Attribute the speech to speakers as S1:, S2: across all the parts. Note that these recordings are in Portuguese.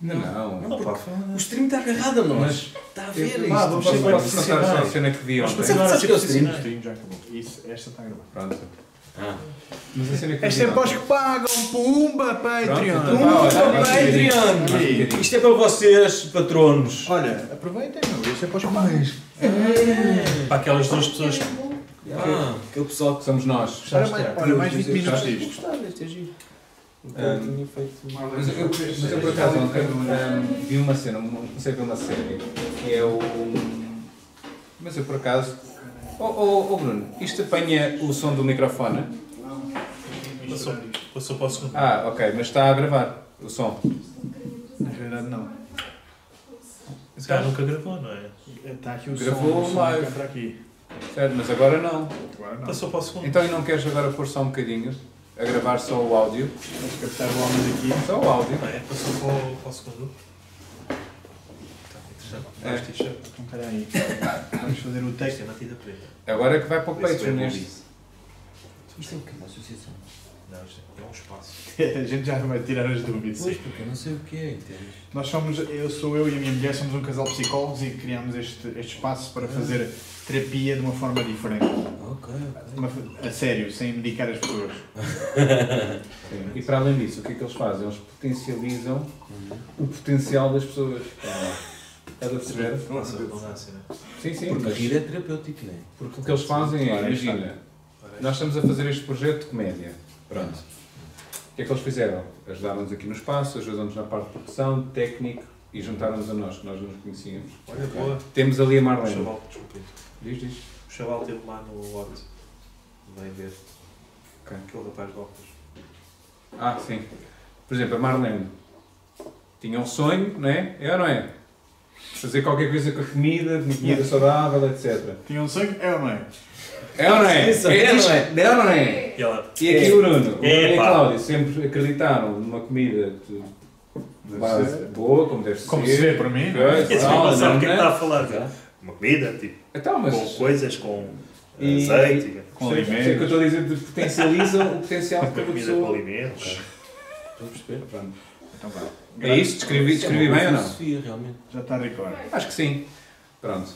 S1: Não, não.
S2: Não,
S1: pá.
S2: pá,
S1: O stream está agarrado a nós. Está a ver
S2: Eu-
S1: isto.
S2: Vá,
S1: Vamos
S2: vamos
S1: chegar-
S2: para
S3: Vamos passar só a cena que vi
S2: Vamos
S3: ontem.
S1: continuar.
S2: continuar a
S1: Sabe- sabe
S2: ser
S1: que eu
S2: profissionais.
S1: tenho?
S3: Sim, já acabou. Isso, esta está a gravar.
S1: Pronto. Ah.
S3: Mas a cena que eu
S4: Esta
S3: vi
S4: é para os
S3: ontem-
S4: que pagam. Pumba, Patreon.
S3: Pronto, então
S4: Pumba.
S3: vá, olha,
S1: Pumba,
S3: vamos ver isto.
S1: Patreon.
S3: Vamos ver isto.
S2: Isto é para vocês, patronos.
S4: Olha, aproveitem, meu. Este é para os que pagam.
S2: Para aquelas duas pessoas que.
S1: Ah, aquele pessoal que
S3: Somos nós. é
S4: Olha, mais- Olha, mais 20 minutos é
S3: Gostaste
S4: disto.
S1: gostava deste agir.
S3: Ah.
S1: tinha feito.
S3: Mas eu, mas eu por acaso ontem hum, vi uma cena, uma- comecei a ver uma série, que é o. Mas eu por acaso. Oh, oh, oh, Bruno, isto apanha o som do microfone?
S2: Passou, passou para o segundo.
S3: Ah, ok, mas está a gravar o som.
S4: Na verdade, não.
S2: Esse cara nunca gravou, não é?
S4: Está aqui o
S3: Gravou
S4: som.
S3: live.
S4: Está aqui.
S3: Certo, mas agora não.
S4: Agora não.
S2: Passou para o segundo.
S3: Então e não queres agora pôr só um bocadinho? A gravar só o áudio?
S4: Vamos captar o áudio aqui.
S3: Só o áudio.
S2: Não é? Passou para o, para o segundo.
S1: Tá,
S2: Está interessante.
S3: É.
S2: Veste t-shirt.
S4: Então, espera aí. Vamos fazer o
S2: Isto
S4: texto.
S2: é na tida preta.
S3: Agora é que vai para o
S1: Vê se
S3: Patreon
S1: vai
S3: neste.
S1: Isto é o quê? Uma associação?
S2: Não, isto é um espaço.
S4: A gente já vai tirar as dúvidas.
S1: Pois, porque eu não sei o que é, entendes?
S4: Nós somos, eu sou eu e a minha mulher, somos um casal de psicólogos e criámos este, este espaço
S1: Ah.
S4: para fazer terapia de uma forma diferente.
S1: Ok,
S4: De
S1: ok.
S4: uma f- a sério, sem medicar as pessoas.
S3: Sim. E para além disso, o que é que eles fazem? Eles potencializam o potencial das pessoas. Estás a perceber?
S2: Nossa, abundância, não é?
S3: Sim, sim.
S1: Porque
S3: mas-
S1: rir é terapêutico, não é?
S3: Porque o que eles fazem é,
S4: Claro,
S3: imagina, nós estamos a fazer este projeto de comédia. Pronto. O que é que eles fizeram? Ajudaram-nos aqui no espaço, ajudaram-nos na parte de produção, técnico e juntaram-nos a nós, que nós não nos conhecíamos.
S2: Olha, boa.
S3: Temos ali a
S2: O
S3: Marlene.
S2: chaval, desculpa. aí.
S3: Diz, diz.
S2: O chaval esteve lá no Hot. Vai ver.
S3: Ok.
S2: Aquele rapaz de óculos.
S3: Ah, sim. Por exemplo, a Marlene tinha um sonho, não é? É ou não é? Fazer qualquer coisa com a comida, de comida
S4: Yeah.
S3: saudável, etc.
S4: Tinha um sonho? É ou não é?
S3: É ou não é?
S1: Isso, é ou não é?
S3: ou não é?
S2: E ela.
S3: E aqui o Bruno, o Bruno e a
S2: Epá.
S3: Cláudia sempre acreditaram numa comida de
S4: Deve
S3: base
S4: ser.
S3: boa, como deve ser.
S4: Como se vê para mim. não é?
S3: Ok,
S2: Esse
S3: tal,
S2: não sabe o que é que
S3: Ah, não, não.
S2: está a falar. Uma comida, tipo,
S3: Então,
S2: com
S3: mas
S2: coisas, com eh,
S3: E-
S2: azeite,
S4: Com
S3: sei- sei o que eu
S4: alimentos.
S3: estou a dizer, de potencializam o potencial
S2: com
S3: de cada
S2: comida com
S3: pessoa.
S2: alimentos.
S1: Estou a perceber?
S3: Pronto.
S4: Então vá.
S3: É isso? Descrevi, descrevi bem ou não?
S1: Filosofia, realmente.
S4: Já está recorde.
S3: Acho que sim. Pronto.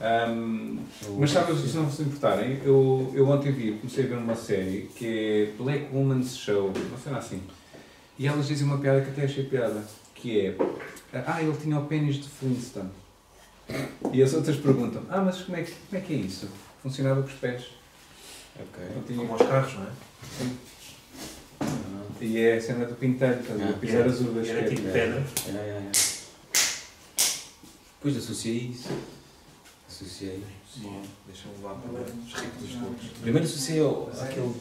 S3: Ahm, Mas sabes, se não se importarem, eu, eu ontem vi, comecei a ver uma série que é Black Woman's Show, uma cena assim. E elas dizem uma piada que até achei piada, que é Ah, ele tinha o pênis de Flintstone. E as outras perguntam, ah, mas como é que, como é, que é isso? Funcionava com os pés. Não
S1: Ok.
S3: tinha-
S2: Como aos carros, não é?
S1: Ah,
S3: E é a cena do pintar, estás a ver?
S1: Ah,
S3: pisar as uvas.
S2: Era
S3: que é-
S2: tipo pedra.
S1: é, é, é. Pois associei isso. Associei.
S2: Deixa-me levar para os ricos dos loucos.
S1: Primeiro associei ao, àquele.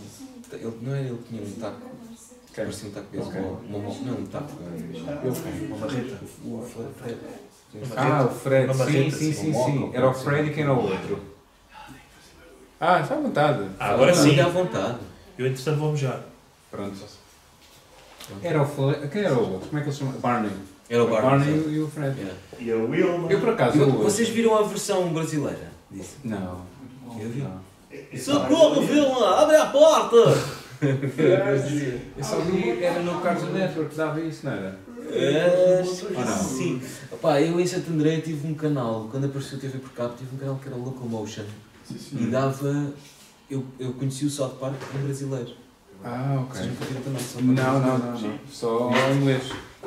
S1: Ele, não era ele que tinha um taco.
S3: Ok.
S1: Parecia um taco de beisebol. Uma mão- Não, um taco. não
S2: Eu uma barreta.
S1: é? O Fred- Fred.
S3: tipo,
S1: um
S3: Ah, o Fred,
S2: assim.
S3: sim,
S2: Uma marreta,
S3: sim,
S2: assim,
S3: sim,
S1: uma
S3: sim.
S1: moca,
S3: Era o
S1: sim.
S3: Fred e quem era o outro? Ah, está à vontade.
S2: Ah, agora
S1: Não,
S2: sim.
S1: dá à vontade.
S2: Eu, entretanto, vou mejar.
S3: Pronto. Era o Fle... Quem era o outro? Como é que ele se chama? Barney.
S1: Era o Barney.
S3: e o Fred.
S1: Yeah.
S2: E a Wilma.
S3: Eu por acaso.
S1: Eu-
S3: eu-
S1: Vocês viram a versão brasileira disso?
S3: Não.
S1: Eu vi.
S3: Não.
S2: Socorro, Vilma! Abre a porta!
S3: Eu só vi. Era no Cartoon Network que dava isso, não era?
S1: É,
S3: Ou não?
S1: Sim. Opá, eu em Santo André tive um canal, quando apareceu o TV por cabo, tive um canal que era Locomotion e dava. Eu, eu conheci o South Park em brasileiro.
S3: Ah,
S1: Vocês nunca viram também, só
S3: Não, não, não. não. Só em inglês.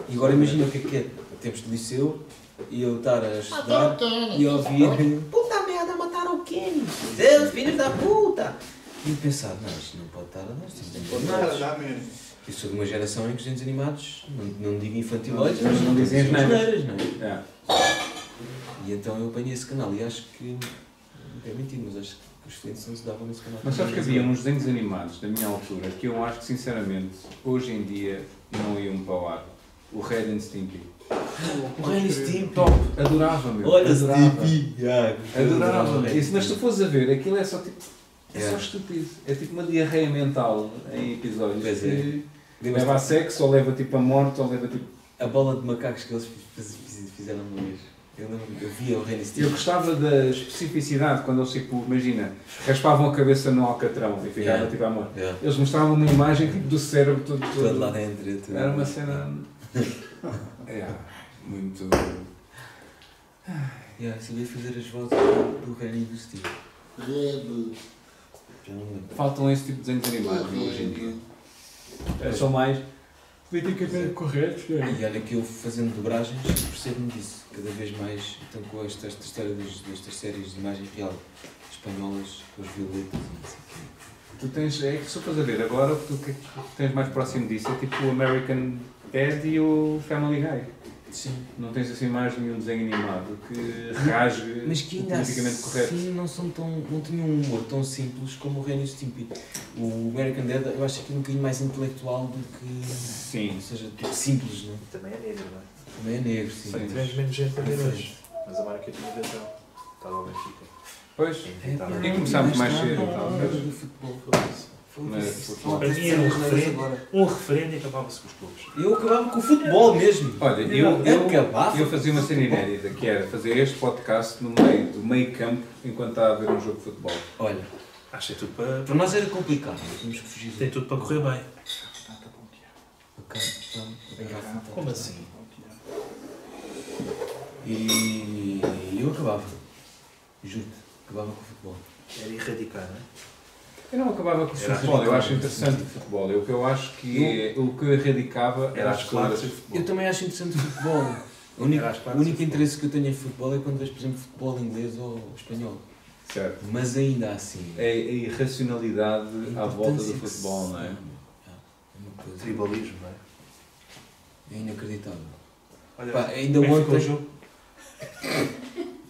S1: E agora imagina o que é que é. Temos de liceu e eu estar a
S3: Tá.
S1: estudar e ouvir. Puta merda, mataram o Kenny! Seus filhos da puta! E eu pensar, não, isto não pode estar a dar, isto não pode estar a dar. Eu sou de uma geração em que os desenhos animados, não, não digo infantilóides, mas não dizem as neiras, não é?
S3: É.
S1: E então eu apanhei esse canal e acho que. Não é mentira, mas acho que os Flintstones davam nesse canal.
S3: Mas sabes que havia um uns desenhos animados da minha altura que eu acho que, sinceramente, hoje em dia não iam para o ar. O Red and Stimpy.
S1: O Ren e Stimpy!
S3: Top! Adorava, meu.
S1: tipo, Olha,
S3: adorava.
S1: Stimpy! Ah, gostei,
S3: Adorava. tipo.
S1: adorava
S3: E se mas tu
S1: Ren e
S3: fores a ver, aquilo é só tipo. É
S1: Yeah.
S3: só estúpido. É tipo uma diarreia mental em episódios.
S1: Pois é.
S3: que
S1: Stimpy.
S3: Leva a sexo, ou leva tipo a morte, ou leva tipo.
S1: A bola de macacos que eles fiz- fiz- fizeram uma vez. Eu lembro que eu via o Ren e
S3: Eu
S1: Stimpy.
S3: gostava da especificidade quando eles tipo, imagina, raspavam a cabeça no alcatrão e ficava
S1: Yeah.
S3: tipo a morte.
S1: Yeah.
S3: Eles mostravam uma imagem tipo, do cérebro todo. todo-
S1: Todo lá dentro. tudo.
S3: Era uma cena. É, muito.
S1: Yeah, sabia fazer as vozes do, do Reino e do Steve.
S5: Rebe.
S1: Já não lembro.
S3: Faltam esse tipo de desenhos animados não, hoje em dia. É, são mais.
S4: Politicamente corretos, é.
S1: E olha que eu fazendo dobragens percebo-me disso. Cada vez mais então, com esta, esta história dos- destas séries de imagem real espanholas, com os violetas e não sei o quê.
S3: Tu tens. É que se estás a ver agora, o que tu que tens mais próximo disso é tipo o American Dad e o Family Guy.
S1: Sim.
S3: Não tens assim mais nenhum desenho animado que rasgue
S1: Mas que
S3: o
S1: ainda
S3: politicamente correto.
S1: assim não, são tão, não tinham um humor tão simples como o Reino e o Stimpy. O American Dad eu acho que é um bocadinho mais intelectual do que...
S3: Sim.
S1: Ou seja, do que simples, não é?
S2: Também é negro, não é?
S1: Também é negro, sim.
S3: Sim.
S1: mas-
S2: Tivemos menos gente a ver hoje. Mas a marca tinha razão. Estava ao Benfica. tá
S3: Pois.
S1: É,
S2: Estava
S1: pá,
S3: E começámos mais
S1: tarde,
S3: cedo,
S1: não,
S3: talvez.
S1: do futebol.
S3: Mas,
S1: Foda-se.
S3: futebol.
S2: Para mim era um
S1: Foda-se,
S2: referente.
S1: é agora.
S2: Um referendo e acabava-se com os clubes.
S1: Eu acabava com o futebol mesmo.
S3: Olha, eu,
S1: Eu
S3: eu,
S1: acabava.
S3: eu fazia uma cena inédita, que era fazer este podcast no meio do meio campo enquanto está a ver um jogo de futebol.
S1: Olha,
S2: Acho que é tudo para.
S1: para nós era complicado. Tínhamos que fugir.
S2: Tem tudo para correr bem.
S1: Ok, então, agarrar futebol.
S2: Como assim?
S1: E eu acabava. Juro-te, acabava com o futebol.
S2: Era erradicar, não é?
S3: Eu não acabava com o
S2: Era
S3: futebol, eu
S1: ridículo.
S3: acho interessante o futebol. Eu, o que eu acho
S1: Hum.
S3: que é- o que eu erradicava era
S2: Era
S3: as
S2: às claras e
S3: coisas.
S1: Eu
S2: futebol.
S1: também acho interessante o futebol. O único,
S2: Era às quartas
S1: o único
S2: e futebol.
S1: interesse que eu tenho em futebol é quando vejo, por exemplo, futebol inglês ou espanhol.
S3: Certo.
S1: Mas ainda assim.
S3: É a irracionalidade à volta do futebol, não é?
S1: É uma coisa
S2: Tribalismo, não é?
S1: é inacreditável.
S2: Olha,
S1: Pá, ainda
S2: bem ficou o
S1: ontem,
S2: jogo.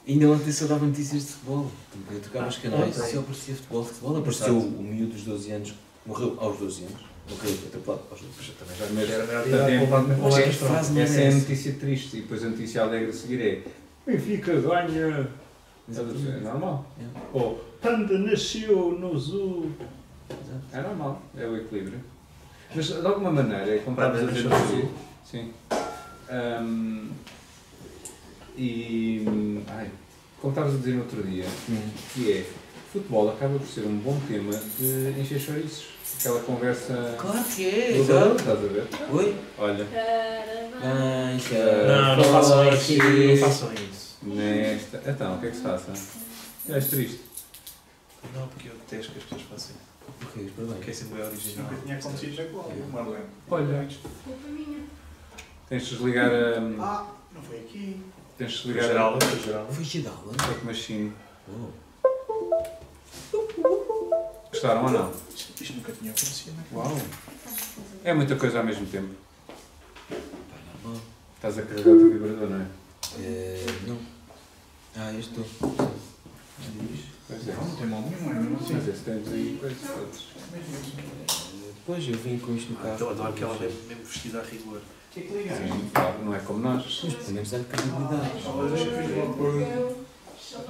S1: ainda ontem só dava notícias de futebol. Tipo, Eu trocava os canais
S2: ontem.
S1: e só aparecia futebol, futebol. Apareceu o miúdo dos 12 anos, que morreu aos 12 anos, morreu atropelado aos 12 anos.
S2: Mas eu também já
S3: Mas,
S2: era melhor
S3: portanto, é-
S1: Mas
S2: idade
S1: que frase não
S3: Essa é
S1: era
S3: a
S1: essa?
S3: notícia triste e depois a notícia alegre a seguir é Benfica ganha. Estás a perceber? É normal.
S1: É.
S3: Ou Panda nasceu no zoo. É normal, é o equilíbrio. Mas de alguma maneira, é como
S2: Panda
S3: estavas a dizer no
S2: nasceu no
S3: zoo. Sim. Ahm, e. Ai, como estavas a dizer no outro dia,
S1: Hum.
S3: que é futebol acaba por ser um bom tema de encher chouriços. Aquela conversa.
S1: Claro que é,
S3: do lado,
S1: exato.
S3: Estás a ver?
S1: Oi?
S3: Olha. Ah.
S2: Não, não façam isso. Não façam isso.
S3: Nesta. Então, o que é que se passa? És triste.
S2: Não, porque eu detesto que as pessoas façam isso.
S1: Ok, parabéns.
S2: Porque é sempre bem original. é
S4: Nunca tinha acontecido na Colômbia, Marlene.
S3: Olha. Tens de desligar a.
S4: Ah, não foi aqui.
S3: Tens de
S2: Foi
S3: desligar a.
S2: geral, foi geral.
S1: Foi Gidala?
S3: Tech Machine.
S1: Oh.
S3: Gostaram ou não?
S4: Isto nunca tinha acontecido na
S3: Uau! É muita coisa ao mesmo tempo.
S1: Pá, normal.
S3: Estás a carregar o teu vibrador, não é?
S1: Eh, não. Ah, eu estou.
S3: Pois é.
S4: Não, não tem mal nenhum, é mesmo assim.
S3: Mas esse tens aí coisas todas.
S1: Eh, Depois eu vim com isto no carro.
S2: Eu adoro que ela vem mesmo vestida a rigor.
S4: Tinha que ligar.
S3: Sim, claro, não é como nós.
S1: Mas pelo menos há credibilidade.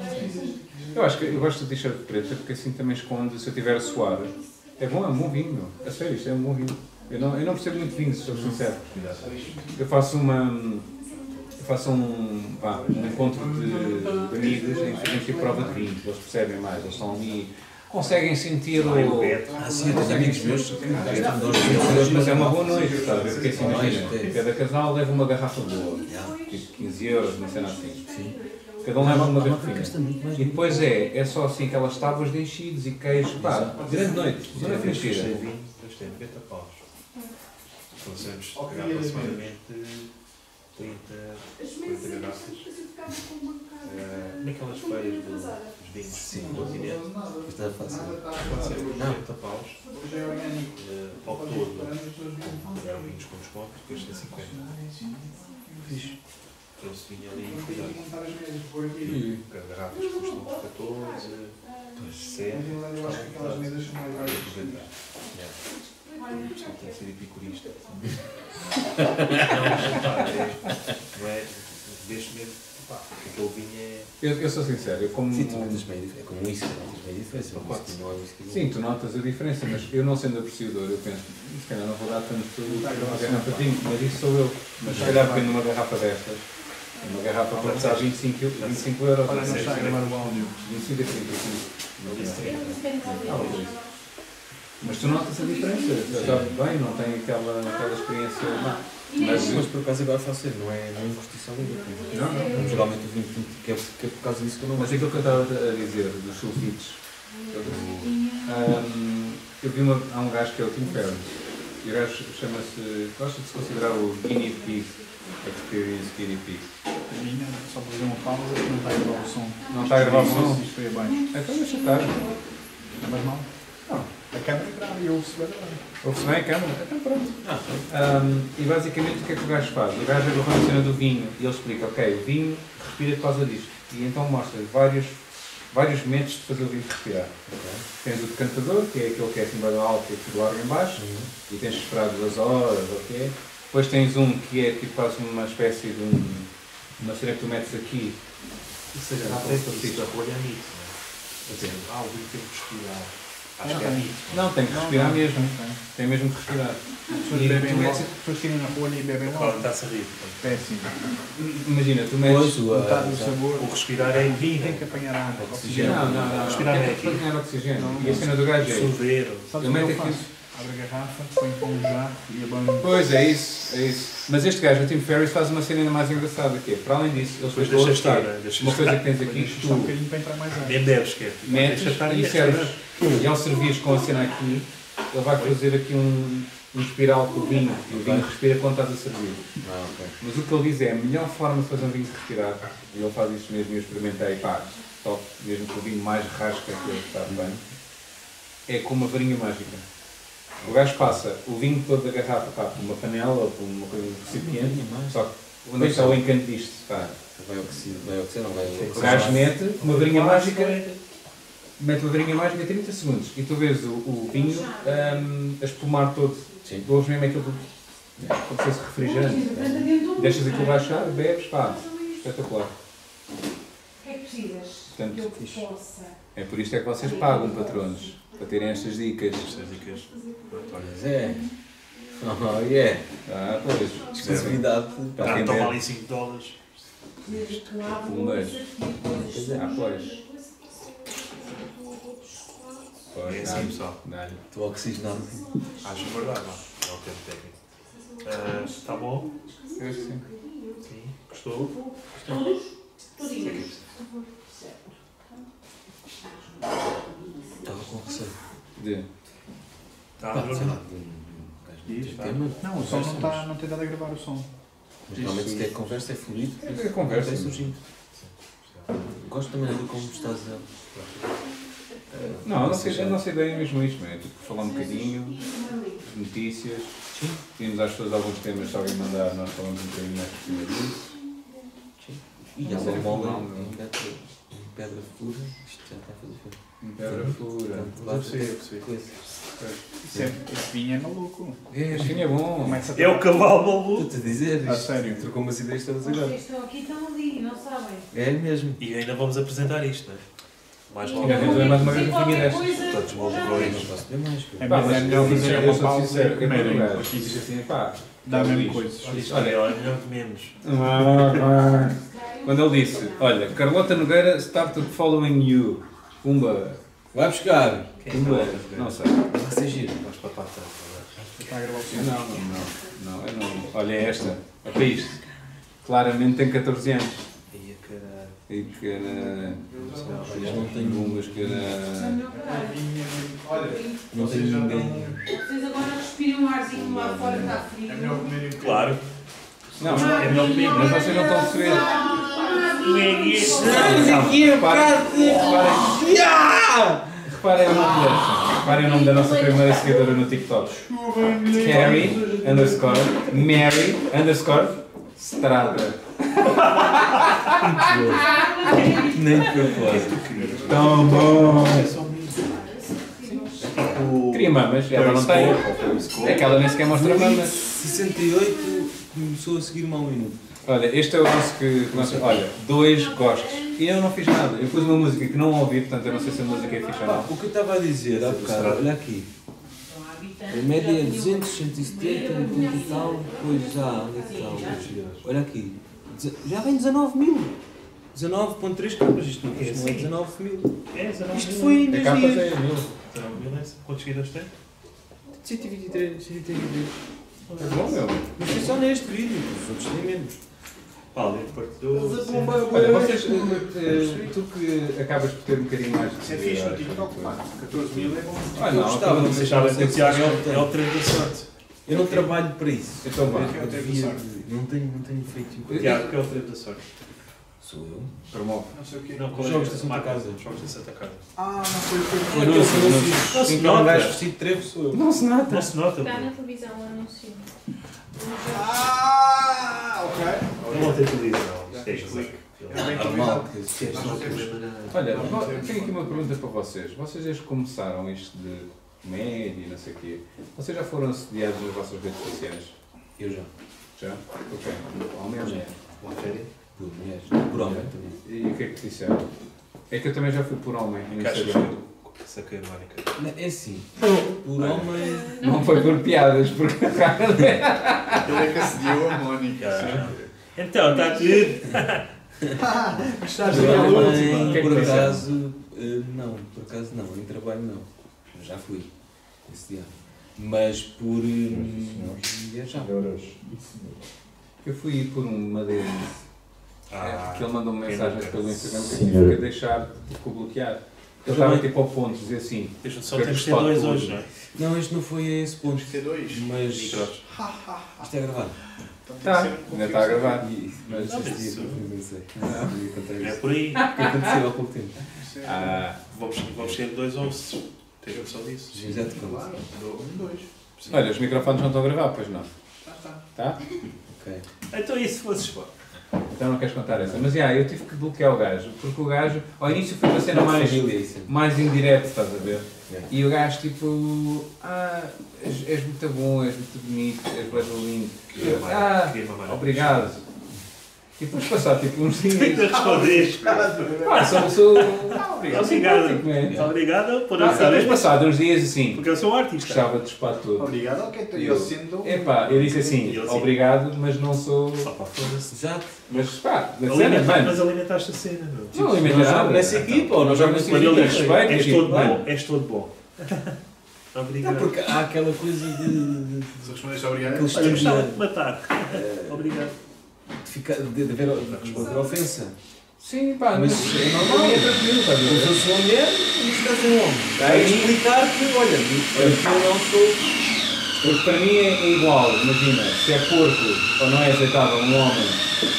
S5: assim.
S3: Eu acho que eu gosto de t-shirt preta porque assim também esconde se eu tiver a suar. É bom, é um bom vinho. A sério, isto é um bom vinho. Eu não, eu não percebo muito vinho, se sou sincero. Eu faço uma. Eu faço um, vá, um encontro de, de amigos em que a gente prova de vinho. Eles percebem mais, eles estão ali. Conseguem sentir
S2: é
S3: o.
S1: Ah, sim, eu tenho amigos meus que um gastam dois
S3: Mas é uma boa noite, estás a ver? Porque assim, imagina, cada casal leva uma garrafa boa, tipo 15 euros, uma cena assim. Cada um leva uma garrafinha.
S1: Gasta muito mais.
S3: E depois é, é só assim aquelas tábuas de enchidos e queijo. Pá, grande noite. é Zona
S2: Primeira vez que gostei
S3: preenchida.
S2: de vinho, gastei 90 paus. Fazemos pegar aproximadamente 30, 40 garrafas.
S3: É,
S2: eh, Naquelas feiras do- dos vinhos
S1: Sim.
S2: do
S4: assim
S2: continente,
S1: Está fácil.
S2: pode ser 90 paus
S4: tá Hoje é orgânico.
S2: eh, ao
S4: é
S2: todo. Eram
S4: né?
S2: vinhos com desconto, depois tem 50. Trouxe vinho ali e cuidado.
S3: E
S2: Garrafas custam 14, 7, Tem que ser epicurista. Não é? Deixe mesmo. pá, Aquele vinho é.
S3: Eu, eu sou sincero, eu como.
S1: Sim, tu notas bem a diferença. É como isso, notas bem a diferença. Um whisky não é um whisky bom.
S3: Sim, tu notas a diferença, mas eu não sendo apreciador, eu penso, se calhar não vou dar tanto para uma garrafa de vinho, mas isso sou eu. Mas se calhar pegando uma garrafa destas, uma garrafa para custar 25, eu- 25 euros.
S4: Olha, não está a gravar o áudio.
S3: 25 a 35. Não disse Ah,
S6: Não,
S3: ok. Mas tu notas a diferença, já sabe bem, não tem aquela, aquela experiência má.
S1: Mas, mas por acaso agora faço eu, não é, não é injustiça nenhuma.
S3: Não, não.
S1: Não, Geralmente o vinho tinto, que é, que é por causa disso que eu não
S3: Mas
S1: gosto.
S3: aquilo que eu estava a dizer dos sulfites, Ahm, eu vi uma, há um gajo que é o Tim Ferriss. E o gajo chama-se. Gosta de se considerar o Guinea Pig. Experience Guinea Pig.
S4: Minha, só para fazer uma pausa, que não está a gravar o som.
S3: Não está a gravar o som?
S4: Isto foi abaixo.
S3: Então deixa estar.
S4: Não faz mal? Não. A câmera grava e eu se vai gravar.
S3: Ouve-se bem a câmera? Então pronto. Ahm, e basicamente o que é que o gajo faz? O gajo agarrou na cena do vinho e ele explica: ok, o vinho respira por causa disto. E então mostra vários, vários métodos de fazer o vinho respirar. Tens o decantador, que é aquele que é acima da alta e que larga em baixo. e tens de esperar duas horas, ok? Depois tens um que é tipo quase uma espécie de um, uma cena que tu metes aqui.
S2: Ou seja,
S3: Não,
S2: há
S3: tem
S2: três
S3: que
S2: princípios
S3: ser.
S2: da rolha mito. Por exemplo, ah, o vinho tem que respirar. Acho
S4: Não,
S2: que é
S4: não.
S2: mito.
S3: Não, tem que
S4: Não,
S3: respirar
S4: não.
S3: mesmo.
S4: né? As
S3: Tem mesmo que respirar.
S4: pessoas
S3: E
S4: bebem
S3: tu
S4: logo,
S3: metes-
S4: as pessoas tiram na rolha e bebem
S2: Claro,
S4: logo.
S2: está-se a rir. então. portanto.
S4: Péssimo.
S3: Imagina, tu metes.
S1: Pois, o,
S4: Metade do
S1: ah,
S4: sabor.
S2: O respirar é em
S4: Tem
S2: vinho.
S4: que apanhar água.
S1: Oxigênio.
S4: oxigênio.
S3: Não, não, não.
S2: Respirar
S3: tem
S2: é
S3: que
S2: aqui.
S3: apanhar oxigênio.
S4: Não,
S3: E a cena do gajo é.
S2: Sorver.
S4: Sabes
S3: Eu
S4: o que eu
S3: meto aqui-
S4: faço? Abro a garrafa, ponho pão no jarro e abandono.
S3: Pois é isso, é isso. Mas este gajo, o Tim Ferriss, faz uma cena ainda mais engraçada que é. Para além disso, ele depois
S2: Depois deixa
S3: ouve
S2: estar.
S3: que é
S2: né? Deixa
S3: Uma coisa que
S2: estar.
S3: tens
S4: Aqui
S3: aqui,
S4: isto um
S3: tu
S4: bocadinho para entrar mais água.
S2: Nem deves, que é. tipo,
S3: metes
S2: deixa estar
S3: e
S2: é
S3: serves.
S2: respirar.
S3: E ao servires com a cena aqui, ele vai fazer aqui um, um espiral com o vinho. E o vinho respira quando estás a servir.
S1: Ah, ok.
S3: Mas o que ele diz é a melhor forma de fazer um vinho de retirado. E ele faz isto mesmo e eu experimentei, pá, top, mesmo com o vinho mais rasca que ele está bem, é com uma varinha mágica. O gajo passa o vinho todo da garrafa pá, por uma panela ou por uma coisa um recipiente, só que onde é que está o encanto disto? Pá?
S1: Vai oxidar, vai oxidar, não vai
S3: O
S1: oxidar.
S3: gajo mete uma varinha mágica, mete uma varinha mágica 30 segundos e tu vês o, o vinho hum, a espumar todo.
S1: Sim.
S3: Tu ouves mesmo aquilo que- como se fosse refrigerante.
S5: um
S3: Deixas aquilo baixar, bebes, pá, espetacular.
S5: O que é que precisas?
S3: Portanto,
S5: que eu
S3: fixe.
S5: possa.
S3: É por isto é que vocês pagam, patronos, para terem estas dicas.
S2: Estas dicas. Pronto, olha.
S1: Pois é. Oh, yeah.
S3: Ah, pois.
S1: Exclusividade.
S3: Para
S2: Ah,
S3: quem
S2: toma
S3: der.
S2: ali 5 dólares.
S5: Desde que lá
S3: Um
S5: vou,
S3: beijo.
S5: depois
S3: Ah, pois.
S2: É
S3: Pois,
S2: assim,
S3: dá-lhe,
S2: pessoal.
S3: dá-lhe.
S1: Tu é oxigenado.
S2: Acho verdade, não. É o tempo técnico. Ah, tá bom?
S3: Eu acho que sim.
S2: Sim. Gostou?
S5: Tudinhos.
S1: Estava com receio.
S3: De-
S2: Tá,
S3: Ah,
S1: Pá, sei lá.
S2: Bruno?
S1: de um gajo
S4: Diz,
S1: meter
S2: tá.
S1: tema.
S4: Não, o som não,
S1: Conversa,
S4: tá, não tem dado a gravar o som.
S1: Mas realmente se quer conversa é fluido.
S3: É conversa.
S1: Tem surgido. Gosto também do como estás a.
S3: Não, a nossa, a nossa ideia é mesmo isto, não é? Tipo, falar um bocadinho,
S5: é
S3: de notícias. Pedimos às pessoas alguns temas, se alguém mandar, nós falamos um bocadinho mais por cima disso.
S1: E
S3: Não,
S1: a bola
S3: não,
S1: em
S3: não.
S1: é pedra- em pedra fura. Isto já está a fazer fio.
S3: Em Pedra fura.
S1: Portanto,
S2: Mas eu percebi, eu
S1: bate
S2: percebi.
S1: coisa.
S4: Isso é, esse vinho é maluco.
S3: É, Este vinho é bom.
S4: Começa a
S2: É o cavalo maluco.
S1: Estou-te a dizer
S4: A
S1: isto.
S4: sério?
S1: Ah, Trocou umas ideias todas agora.
S5: Vocês estão aqui, estão ali, não sabem.
S1: É mesmo.
S2: E ainda vamos apresentar isto, não é? Mais
S5: E
S2: logo.
S3: Ainda temos mais uma vez
S5: dizer
S3: um pouquinho
S5: qualquer
S3: destas.
S5: coisa,
S2: Todos
S5: já
S2: malucos.
S1: Eu
S5: vem.
S1: não posso ter mais. cara.
S4: É
S3: Pá,
S4: melhor-
S3: mas
S4: é melhor
S3: eu
S4: fazer
S3: sou
S4: uma pausa
S3: sincero,
S4: e comerem,
S3: eu não
S4: porque
S3: gosto.
S4: isso
S3: Assim, pá,
S4: dá mesmo
S3: isto.
S4: coisas.
S2: Isto olha, olha, melhor que é menos.
S3: Quando ele disse, olha, Carlota Nogueira started following you. Pumba.
S1: Vai buscar.
S2: é?
S4: é
S3: Pumba. Não sei.
S1: Vai ser giro.
S2: Vamos para a pata.
S4: Está a gravar o som.
S3: Não, não, não. Não, eu não. Olha esta. É para isto. Claramente tem 14 anos.
S2: Ia caralho.
S3: E que era.
S1: Eu não tenho um.
S3: Bombas que era.
S4: é
S1: Não tenho ninguém.
S5: Vocês agora respiram um arzinho lá fora, está frio.
S4: é
S5: Ah,
S2: Claro.
S3: Não,
S2: É melhor que menos.
S3: mas vocês não estão a perceber.
S5: É
S1: Estamos aqui a bocado de. Ah!
S3: Reparem o nome desta. Reparem o nome da nossa primeira seguidora no TikTok. Carrie underscore Mary underscore Strada.
S1: Nem de propósito.
S3: Tão bom!
S2: O...
S3: Queria mamas, ela não tem. É que ela nem sequer mostra mamas.
S1: 68 começou a seguir-me há um minuto.
S3: Olha, este é o nosso que. que nós- olha, dois gostos. E eu não fiz nada. Eu pus uma música que não ouvi, portanto eu não sei se a música é fixe ou
S1: Pá,
S3: não.
S1: o que eu estava a dizer há bocado, olha aqui. A média é 200, 170, um ponto e tal. Pois já, onde é que está? Onde é que está? Olha aqui. Deze- Já vem 19 mil. 19.3 capas, isto não isto não é 19 mil.
S2: É, Então, 19
S1: Isto foi em
S3: A
S1: dois
S3: capa
S1: dias.
S3: tem a mil.
S2: 19 mil, é? Quantos seguidores tem?
S1: 123, 123.
S3: É bom, meu.
S1: Mas foi só neste vídeo, os outros têm menos.
S2: Paulo, partilhou.
S3: Olha, vocês, eh, eh, tu que acabas por ter um bocadinho mais de
S4: Isso é fixe no
S3: possibilidades,
S4: TikTok,
S3: não é?
S4: pá. 14 mil é bom.
S3: Ah,
S1: Eu
S3: não,
S1: gostava,
S3: eu
S1: mas
S2: Vocês sabem que o Tiago é o- é
S1: Eu
S2: o trem da sorte.
S1: não trabalho para isso.
S3: Então vá.
S1: Eu devia- Não tenho, não tenho feito
S2: O Tiago que é o trem da sorte.
S1: Sou eu?
S3: Promove.
S4: Não sei o quê.
S2: Não, qual é
S1: Jogos da
S2: a
S1: Santa
S2: marca?
S1: Casa.
S2: Jogos da Santa Casa.
S4: Ah, não sei o quê.
S1: Eu não sou, não sou.
S2: Não se
S1: Quem que é um gajo
S2: nota.
S1: vestido de trevo sou eu.
S3: Não se nota.
S2: Não se nota.
S6: Está
S2: pô.
S6: na televisão, eu anuncio.
S4: Ah, ok.
S2: Ele não tem televisão. Isto é clique.
S4: Não,
S2: Ele-
S4: bem
S1: Normal, que
S2: Isto é
S1: se-
S4: Não, não tem
S3: Olha, vo- tenho aqui uma pergunta para vocês. Vocês desde que começaram isto de comédia e não sei o quê, vocês já foram assediados nas vossas redes sociais?
S1: Eu já.
S3: Já? Ok. Ao
S1: Por
S3: menos.
S1: mulheres.
S2: Uma férias.
S1: Por mulheres. Por homem também.
S3: E o que é que te disseram? É que eu também já fui por homem no
S2: Que achas
S3: Instagram.
S2: que saquei a Mónica?
S1: Não, É assim. Por homem.
S3: Não foi por piadas, porque
S4: Ele é que assediou a Mónica.
S2: Já. Então, está tudo.
S4: Gostaste
S1: Por
S4: daquela última?
S1: homem,
S3: que é que
S1: por
S3: dizem?
S1: acaso. eh, Não, por acaso não. Em trabalho não. Eu Já fui. Esse dia. Mas por. hum, mulher já.
S3: Eu fui por uma deles. é,
S2: Ah,
S3: porque ele mandou-me
S2: quem
S3: mensagens
S2: nunca?
S3: pelo Instagram que eu tive que deixar porque o bloquear. Ele estava
S2: é-
S3: tipo ao ponto de dizer assim.
S2: Deixa só temos
S3: Queres
S2: ter dois
S3: spot
S2: hoje,
S3: hoje?
S2: não é?
S1: Não, este não foi a esse ponto.
S4: C2.
S1: Mas. Isto
S2: Micros.
S1: é gravado.
S3: Tá, ainda está a gravar.
S1: Mas
S2: Não, mas
S1: este
S2: isso-
S1: dia, não sei. Não ia contar
S2: É
S1: isso.
S2: por aí.
S1: Porque aconteceu há pouco tempo.
S3: Ah,
S2: Vamos, vamos ter dois ossos. Tens noção disso?
S1: Já te conto.
S4: Claro, dou um, dois.
S3: olha, os microfones não estão a gravar, pois não.
S4: Tá, tá.
S3: Tá?
S1: Ok.
S2: Então e se fosses pá?
S3: Então não queres contar essa. Mas já, eu tive que bloquear o gajo, porque o gajo, ao início foi uma cena
S1: Não,
S3: mais,
S1: família,
S2: é
S1: isso.
S3: mais indireta, estás a ver?
S1: É.
S3: E o gajo tipo, ah, és, és muito bom, és muito bonito, és muito lindo.
S2: Queria mais,
S3: Ah,
S2: queria mamar.
S3: obrigado. E depois passar tipo uns dias.
S2: Ainda respondes.
S3: Pá, sou, sou simpático,
S2: Obrigado.
S3: man.
S2: Obrigado por
S3: Ah, e depois
S2: dançar.
S3: passado uns dias assim,
S2: Porque eu sou um artista.
S3: gostava de espar todo.
S4: Obrigado, ok, tô
S3: Eu-
S4: eu sendo.
S3: Epá, eu disse assim,
S2: E ele assim.
S3: obrigado, mas não sou.
S2: Só para foda-se.
S1: Exato.
S3: Mas pá, da cena,
S2: Alimenta-
S3: mano.
S2: Mas alimentaste a cena, meu.
S3: Não alimenta
S1: Nós
S3: nada.
S1: jogamos nessa equipa, ou nós
S3: Quando
S1: jogamos nessa
S2: Quando ele
S1: equipa. é
S2: diz,
S3: respeito,
S2: és
S3: tipo,
S2: todo
S3: mano.
S2: bom, és todo bom.
S1: Não,
S2: Obrigado.
S1: porque é há aquela coisa de, de,
S4: Se respondeste obrigado,
S1: Aqueles
S2: Olha,
S1: tipos
S2: gostava de
S1: de,
S2: te matar. Obrigado.
S1: de, ficar, de, de haver de responder a ofensa.
S3: Sim, pá, mas
S1: Mas
S3: é normal, é tranquilo, estás a
S1: Eu
S3: ver?
S1: sou uma mulher e isto é um homem.
S3: Tá aí.
S1: Vai explicar que, olha, eu não sou.
S3: Porque para mim é igual, imagina, se é porco ou não é aceitável um homem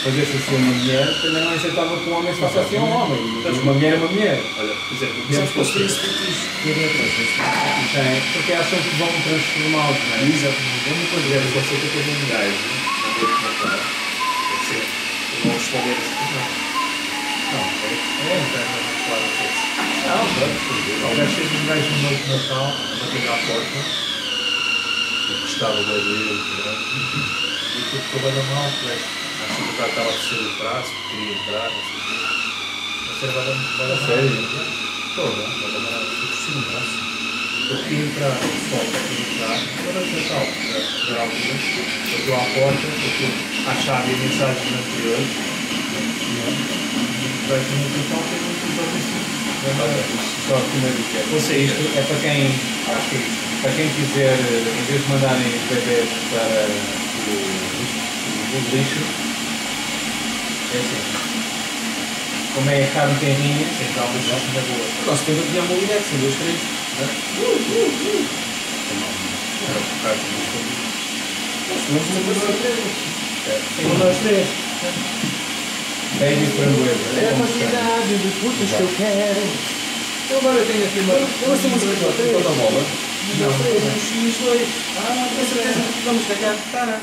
S3: fazer-se assim a uma mulher, também não é aceitável que um homem se faça assim a um homem. Mas uma mulher é uma mulher.
S2: Olha, por exemplo,
S1: Temos
S2: podemos
S1: que construir
S2: construir.
S1: esse fetiche.
S3: Tem, porque acham que vão transformá-los, não é?
S1: Exatamente. É uma coisa.
S2: Podemos construir que eu tenho um gajo. Não vou te matar. Quer dizer, eu vou responder assim. Não. Não, é. É, não claro que é.
S3: Não, pronto.
S2: O gajo fez um gajo no novo Natal, a bater à porta. Eu gostava bem dele, caralho. E tudo ficou bem mal, o gajo. Acho que o cara estava a descer o braço, queria entrar, não sei o quê. Mas era bem mal.
S3: A sério?
S2: Toda. Bem mal. Eu preciso de braço. Eu queria entrar, só queria entrar. Era o Natal, né? era altura. Bateu à porta, bateu à chave e a mensagem anterior. né? E vai ter um Natal, tem um Natal assim.
S3: Olha, isto só aqui uma dica. Ou seja, isto é para quem, acho que é isto, para quem quiser, eh, em vez de mandarem os bebés para o, o lixo, é assim. Como é carne terrinha,
S2: Então, mas acho que é boa.
S1: O nosso tempo tinha uma mulher, são dois, três. Nós temos uma mulher.
S2: Um, dois, três.
S3: beijo e framboesa. É como se chama.
S1: de putas que eu quero.
S3: Eu agora tenho aqui uma.
S1: Nós temos uma mulher. Toda a bola. Não. X, dois. Ah, com certeza. Vamos ganhar. Para.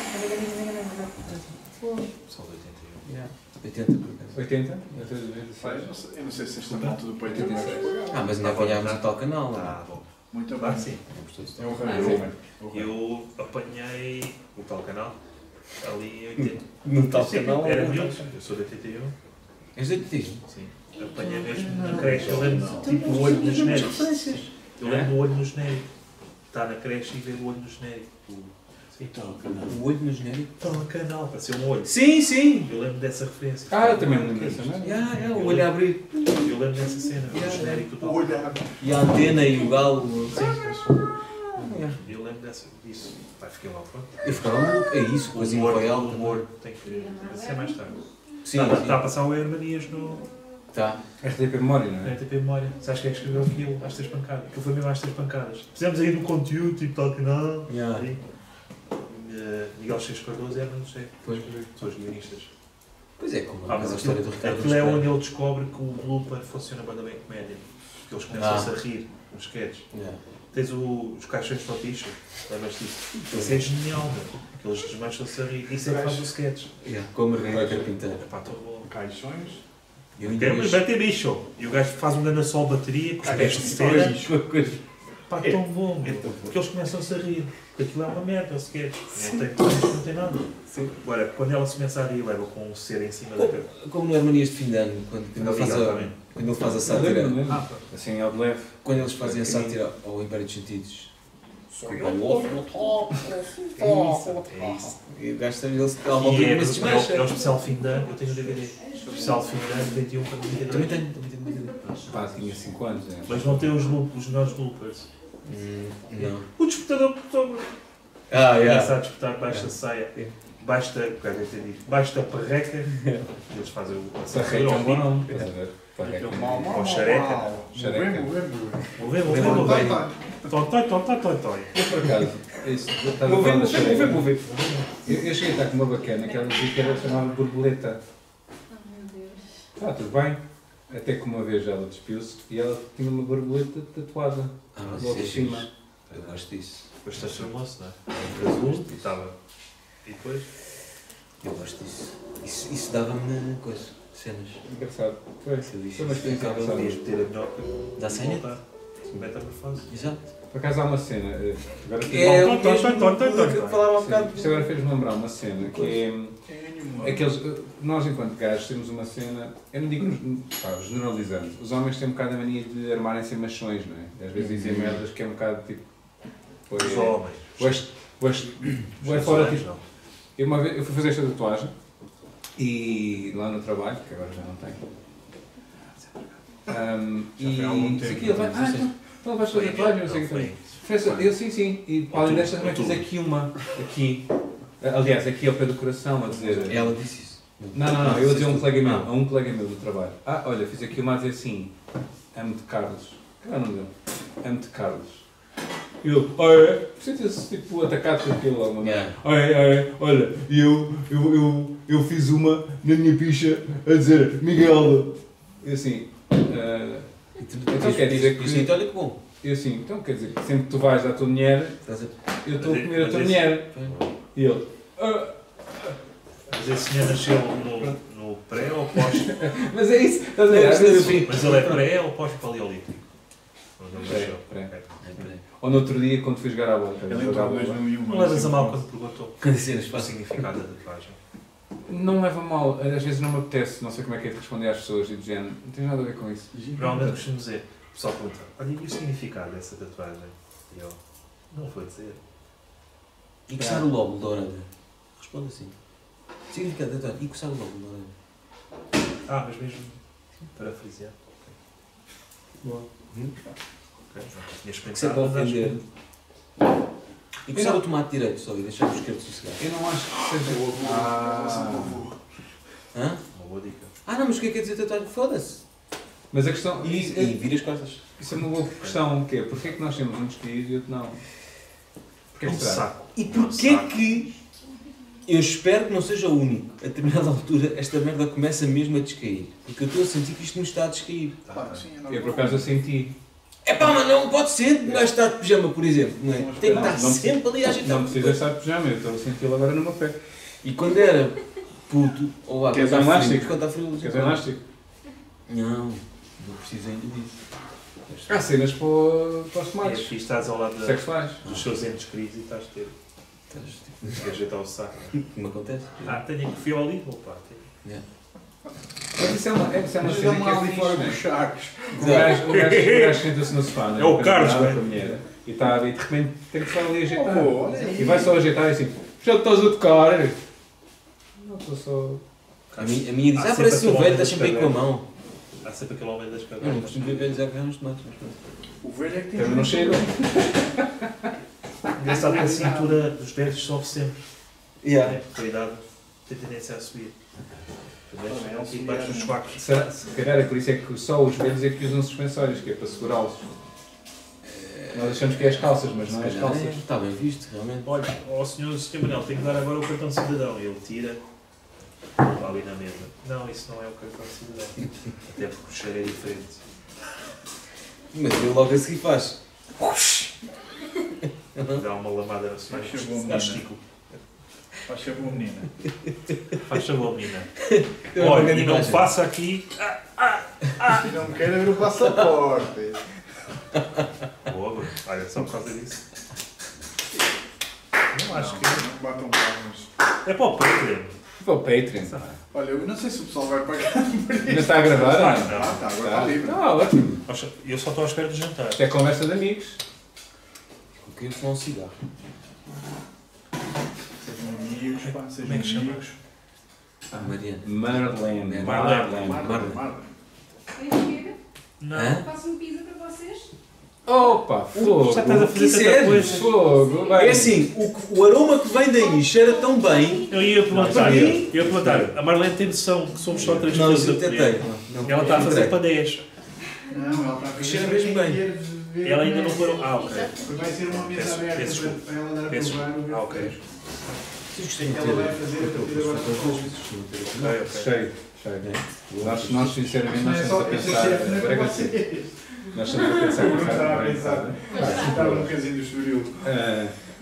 S1: 80 por acaso.
S3: 80? Eu tenho de ver,
S4: Eu
S3: seis.
S4: não sei- eu não sei se esta moto do peito é perfeita.
S1: Ah, mas ainda apanhámos o tal canal. é?
S2: Ah, bom.
S4: Muito
S2: Claro
S4: bem.
S2: que sim.
S4: É um
S3: Ah, sim.
S4: raio.
S2: Eu apanhei o tal canal ali em
S3: Hum,
S2: 80.
S1: No
S3: é
S2: Era miúdo, eu sou de 81.
S1: És de ti?
S2: Sim.
S1: Então,
S2: Apanhei mesmo na creche. Eu lembro tipo o olho
S1: é
S2: no genérico. Eu lembro do olho no genérico. Está na creche e vê o olho no genérico. Então, canal.
S1: O olho no genérico?
S2: Tal Então, canal. Pareceu um olho.
S1: Sim, sim!
S2: Eu lembro dessa referência.
S3: Ah, eu também me lembro dessa, não é?
S1: Yeah, yeah, o olho a abrir.
S2: Eu lembro dessa cena, o genérico do tal.
S4: Olha,
S1: E a antena e o galo. Sim.
S2: Eu lembro dessa, disso. Pá, fiquei lá, pronto.
S1: E ficaram loucos. É isso,
S2: O
S1: coisa
S2: humor,
S1: foi
S2: o
S1: alto.
S2: humor Tá, tem que tem que ser mais tarde.
S1: Sim,
S2: está, está a
S1: sim.
S2: passar o Hermanias no
S1: Tá.
S3: RTP Memória, não é?
S2: RTP Memória. Sabes quem é que escreveu aquilo? Às três pancadas. Aquilo foi mesmo às três pancadas. Fizemos aí no conteúdo, tipo tal que não.
S1: Yeah.
S2: Aí, eh, Miguel X Cardoso e Herman Chefe.
S1: Pois.
S2: São os guionistas.
S1: Pois é, como
S2: Ah, mas
S1: mas a
S2: aquilo,
S1: história do Ricardo
S2: aquilo é
S1: Luz
S2: onde ele descobre que o blooper funciona bem bem em comédia. Porque eles começam-se a rir nos sketches.
S1: Pereira. Yeah.
S2: Tens o, os caixões de papicha, lembras disso? Isso é genial, meu. Que eles desmancham-se a rir. Isso é que faz o sketch.
S1: Yeah. Com a Margarida é Carpinteiro.
S2: Epá, estou bom.
S4: Caixões.
S1: Eu ainda
S2: Temos
S1: hoje-
S2: bater bicho. E o gajo faz um grande sol bateria
S3: Ah,
S2: com os
S3: é
S2: pés de
S4: Olha
S2: cera.
S4: isto.
S2: Pá,
S1: É.
S2: tão bom, meu. Porque eles começam-se a rir. Porque aquilo é uma merda, o sketch. Não tem, não tem nada. Agora, quando ela se começa a rir, leva com um cera em cima da cabeça.
S1: Como no Hermanias de fim de ano, quando, quando, ele, faz
S2: Exatamente.
S1: a, quando ele faz a
S3: Eu lembro,
S1: sátira,
S3: lembro. Assim, ao de leve.
S1: quando eles fazem a
S3: Sim.
S1: sátira ao Império dos Sentidos,
S6: Desculpa, o ovo.
S2: É isso.
S1: e o gajo também, ele se dá
S2: E
S1: uma
S2: é,
S1: altura,
S2: é,
S1: mas desmancha.
S2: o- é o especial fim de ano, eu tenho um o DVD. Especial fim de ano, 21 para
S1: Também
S2: 22.
S1: tenho, também tenho. também tenho.
S3: Pá, tinha 5 anos, né?
S2: Mas não tem os, loop, os melhores bloopers.
S1: Hum, não.
S2: O disputador sobre.
S1: Ah,
S2: Começa
S1: yeah.
S2: a disputar, baixa a saia.
S1: Yeah.
S2: Basta, cara, entendi. Basta a perreca. Eles fazem o
S1: é
S3: Parrei
S2: passageiro.
S1: um
S3: tão bom nome. Estás a ver? é Parrei.
S4: Mal, mal,
S2: Ou
S4: mal,
S2: xareca.
S4: mal.
S3: Xareca.
S4: Movemos, movemos.
S2: Movem, movem,
S4: Vai, vai,
S2: movem.
S4: vai.
S2: Tói, tói, tói, tói, tói.
S3: Eu, por acaso, isso, estás a falar da
S4: Movemos,
S3: xareca.
S4: movemos.
S3: Eu, eu cheguei a estar com uma bacana que ela dizia que era chamada borboleta. Está tudo bem. Até que uma vez ela despiu-se e ela tinha uma borboleta tatuada.
S1: Ah, mas
S3: Logo
S1: isso é
S3: em
S1: fixe.
S3: cima.
S1: Eu gosto disso.
S2: Depois transformou-se, não é? Azul, e estava. E depois?
S1: Eu gosto disso. Isso, isso dava-me na coisa. Cenas.
S3: Engraçado. Foi, foi uma experiência
S1: é Acaba
S3: engraçada.
S2: Podias meter a melhor.
S1: Dá senha?
S2: Metamorfose.
S1: Exato.
S3: Por acaso há uma cena. eh, Agora
S1: É o
S2: tom, tom,
S1: mesmo
S2: tom, tom, tom,
S1: que
S2: tom.
S1: eu falava há
S4: um
S3: Sim, Isto
S1: bocado.
S3: agora fez-me lembrar uma cena que é. Aqueles, eh, nós, enquanto gajos, temos uma cena. Eu não digo. Pá, generalizando. Os homens têm um bocado a mania de armarem-se em machões, não é? Às vezes
S4: Uhum.
S3: dizem merdas que é um bocado tipo. Foi,
S2: Os homens.
S3: Vai
S2: É. Os
S3: fora
S2: homens,
S3: tipo.
S2: não.
S3: Eu, uma vez, eu fui fazer esta tatuagem e lá no trabalho, que agora já não tenho. Ahm,
S4: Hum, Já
S3: e
S4: foi há algum
S3: isso
S4: tempo,
S3: aqui, ele vai,
S4: não é?
S3: ah, então, então vais fazer tatuagem, não sei o que foi. Fez- Eu sim, sim. E para além
S2: Outubro,
S3: desta também fiz
S2: outubro.
S3: aqui uma, aqui. Aliás, aqui ao pé do coração, a dizer.
S1: Ela disse isso.
S3: Não, não, não, eu a dizer a um colega meu,
S1: Ah.
S3: a um colega meu do trabalho. Ah, olha, fiz aqui uma a dizer assim, amo-te Carlos. Qual é o nome dele? Amo-te Carlos. E ele, ah é? Sente-se tipo atacado por aquilo alguma maneira.
S1: Yeah.
S3: Ah é, ah é, olha, eu, eu, eu, eu fiz uma na minha picha a dizer Miguel. E assim, ah,
S1: E tu
S3: Então quer dizer que-
S1: Isso aí, olha que bom.
S3: eu assim, então quer dizer que sempre que tu vais à tua mulher,
S1: Estás a...
S3: eu estou a
S2: Mas é-
S3: comer a
S2: mas
S3: tua
S2: esse-
S3: mulher. E ele, ah,
S2: Mas esse senhor nasceu no, no pré ou pós?
S3: Mas é isso, estás a ver? Às vezes-
S2: Mas ele é pré ou pós-paleolítico? Onde ele
S3: Pré,
S2: nasceu.
S3: pré.
S2: Ok.
S1: É, peraí.
S3: Ou no outro dia, quando fui jogar à bola,
S4: Ele
S3: jogar à
S4: entrou
S3: bola.
S4: em 2001.
S2: Não levas a mal quando perguntou
S1: Quando as cenas
S2: qual o
S1: fazem.
S2: significado da tatuagem.
S3: Não leva mal, às vezes não me apetece, não sei como é que é de responder às pessoas e do género, não tens nada a ver com isso.
S2: Normalmente costumo dizer, o pessoal pergunta, olha, e o significado dessa tatuagem? E eu, não vou dizer.
S1: E coçar o lóbulo da orelha. Responde assim. Significado, António. E coçar o lóbulo da orelha.
S2: Ah, mas mesmo parafrasear. Hum? Ok, não tinhas
S1: Que É sempre
S2: pensado,
S1: a
S2: mas acho
S1: ofender.
S2: que-
S1: E coçar o tomate direito só e deixar o esquerdo sossegar.
S3: Eu não acho que seja Ah. o avô.
S4: Ah, um
S1: Hã?
S2: é Uma boa dica.
S1: Ah não, mas o que é que quer dizer tatuagem? Foda-se.
S3: Mas a questão,
S1: E, eh,
S3: e-
S1: e vira as costas.
S3: isso é uma boa questão, que é, porquê é que nós temos uns queridos e outro não? Porquê
S2: É um
S3: será?
S2: saco.
S1: E
S2: É um
S1: porquê
S2: saco.
S1: que eu espero que não seja o único? A determinada altura esta merda começa mesmo a descair. Porque eu estou a sentir que isto me está a descair.
S4: Claro, sim, é normal.
S3: Eu por acaso eu senti.
S1: É pá, mas não pode ser. Não está de pijama, por exemplo. Não é? Tem que estar
S3: não-
S1: sempre ali a é agitar.
S3: Não precisa estar de pijama, eu estou a senti-lo agora no meu pé.
S1: E quando era puto, ou lá,
S3: Queres
S1: quando
S3: um
S1: está frio,
S3: elástico?
S1: quando está frio,
S3: Quer dizer, elástico.
S1: não, não preciso ainda disso.
S3: Há cenas para, o- para os
S2: É
S3: tomates.
S2: fixe, estás ao lado da-
S3: Sexuais.
S2: dos seus entes queridos e estás a ter.
S1: Estás, tipo,
S2: Tens que ajeitar o saco.
S1: Como acontece?
S2: Ah, tenho que fio ali, opa.
S3: Mas isso é uma, isso é uma
S4: Mas dá
S3: cena que
S4: mal
S3: é
S4: ali
S3: fixe,
S4: fora
S3: não é?
S4: dos charcos.
S3: O gajo, o gajo, o gajo senta-se no sofá, né?
S2: É o Carlos,
S3: com a
S2: velho.
S3: mulher, e está ali, de repente tem que só ali ajeitar.
S4: Oh, olha aí.
S3: e vai só ajeitar e assim, já te estás a tocar. Não, estou só.
S1: A minha, a minha diz,
S2: Há
S1: ah,
S2: sempre
S1: parece um
S2: aquele
S1: velho,
S2: homem
S1: está sempre aí com a
S2: das
S1: mão.
S2: Há sempre aquele homem das
S1: Eu não
S2: cavernas.
S1: costumo ver velhos a agarrar nos tomates, mas pronto.
S4: O velho é que tem.
S3: Também não chega.
S2: Engraçado que a cintura dos dentes sobe sempre.
S1: Yeah.
S2: né? Com a idade, tem tendência a subir. Também
S4: Também é um
S2: é embaixo dos facos.
S3: Será, se calhar é por isso é que só os velhos é que usam suspensórios, que é para segurá-los. Nós achamos que é as calças, mas não é as calças.
S1: Está bem visto, realmente.
S2: Olha, ao senhor Estabanel, tem que dar agora o cartão de cidadão. Ele tira, está ali na mesa. Não, isso não é o cartão de cidadão. Até porque o cheiro é diferente.
S1: Mas ele logo a seguir faz.
S2: Dá uma lamada no seu
S4: Faz favor, menina.
S2: testículo.
S4: Faz favor, menina.
S2: Faz favor, menina.
S1: É uma
S2: Olha,
S1: grande
S2: e não
S1: imagem.
S2: faça aqui.
S4: Não me quero abrir o passaporte.
S2: Boa, Bruno. olha, só por causa disso. Não acho que
S4: Não batam palmas.
S2: é. É para o Pedro.
S3: Para o Patreon. pá.
S4: Olha, eu não sei se o pessoal vai pagar por isso.
S3: Ainda está a gravar? ou não?
S4: Ah, tá,
S3: Está
S4: agora está livre.
S3: Ah, ótimo.
S2: Eu só estou à espera do jantar.
S3: Isto é conversa de amigos.
S1: Eu queria fumar um cigarro.
S4: Sejam amigos, pá,
S2: Como
S4: sejam
S2: é que chama?
S4: amigos.
S1: Ah, Mariana.
S2: É
S3: Marlene.
S2: Marlene.
S4: Marlon, Marlon.
S2: Não.
S1: Hã?
S5: Faço um pizza para vocês?
S3: Opa, fogo.
S2: Uh, Já estás a
S1: Isso
S2: fazer
S1: é
S2: tanta coisa.
S3: Fogo. Vai.
S1: É assim, o, que- o aroma que vem daí cheira tão bem.
S2: Eu ia perguntar,
S1: Não,
S2: eu
S1: sim.
S2: ia perguntar. A Marlene tem noção que somos só três
S1: Não,
S2: pessoas
S1: eu
S2: a
S1: tentei.
S2: comer.
S1: Não, não,
S2: Ela está a fazer
S1: tentei.
S2: para 10.
S4: Não, ela tá está a ver.
S1: Cheira mesmo bem.
S2: Ela ainda não foram. Ah, ok.
S4: né? Vai ser uma mesa
S2: Peço-
S4: aberta
S2: peço
S4: para-
S2: desculpa.
S4: para ela dar a
S2: Peço-
S4: provar o
S2: Ah, ok.
S4: Ela né? vai fazer a partir agora de hoje.
S2: Ok, ok.
S3: Cheio, cheio. Nós, nós sinceramente, nós
S4: Não é
S3: estamos
S4: só
S3: a
S4: esse
S3: pensar.
S4: chefe, não é
S3: Agora
S4: para
S3: é que eu sei.
S4: vocês. Tá
S3: Nós estamos a pensar.
S4: Eu não estava a pensar. Estava
S3: pensar.
S4: no casino do Estoril.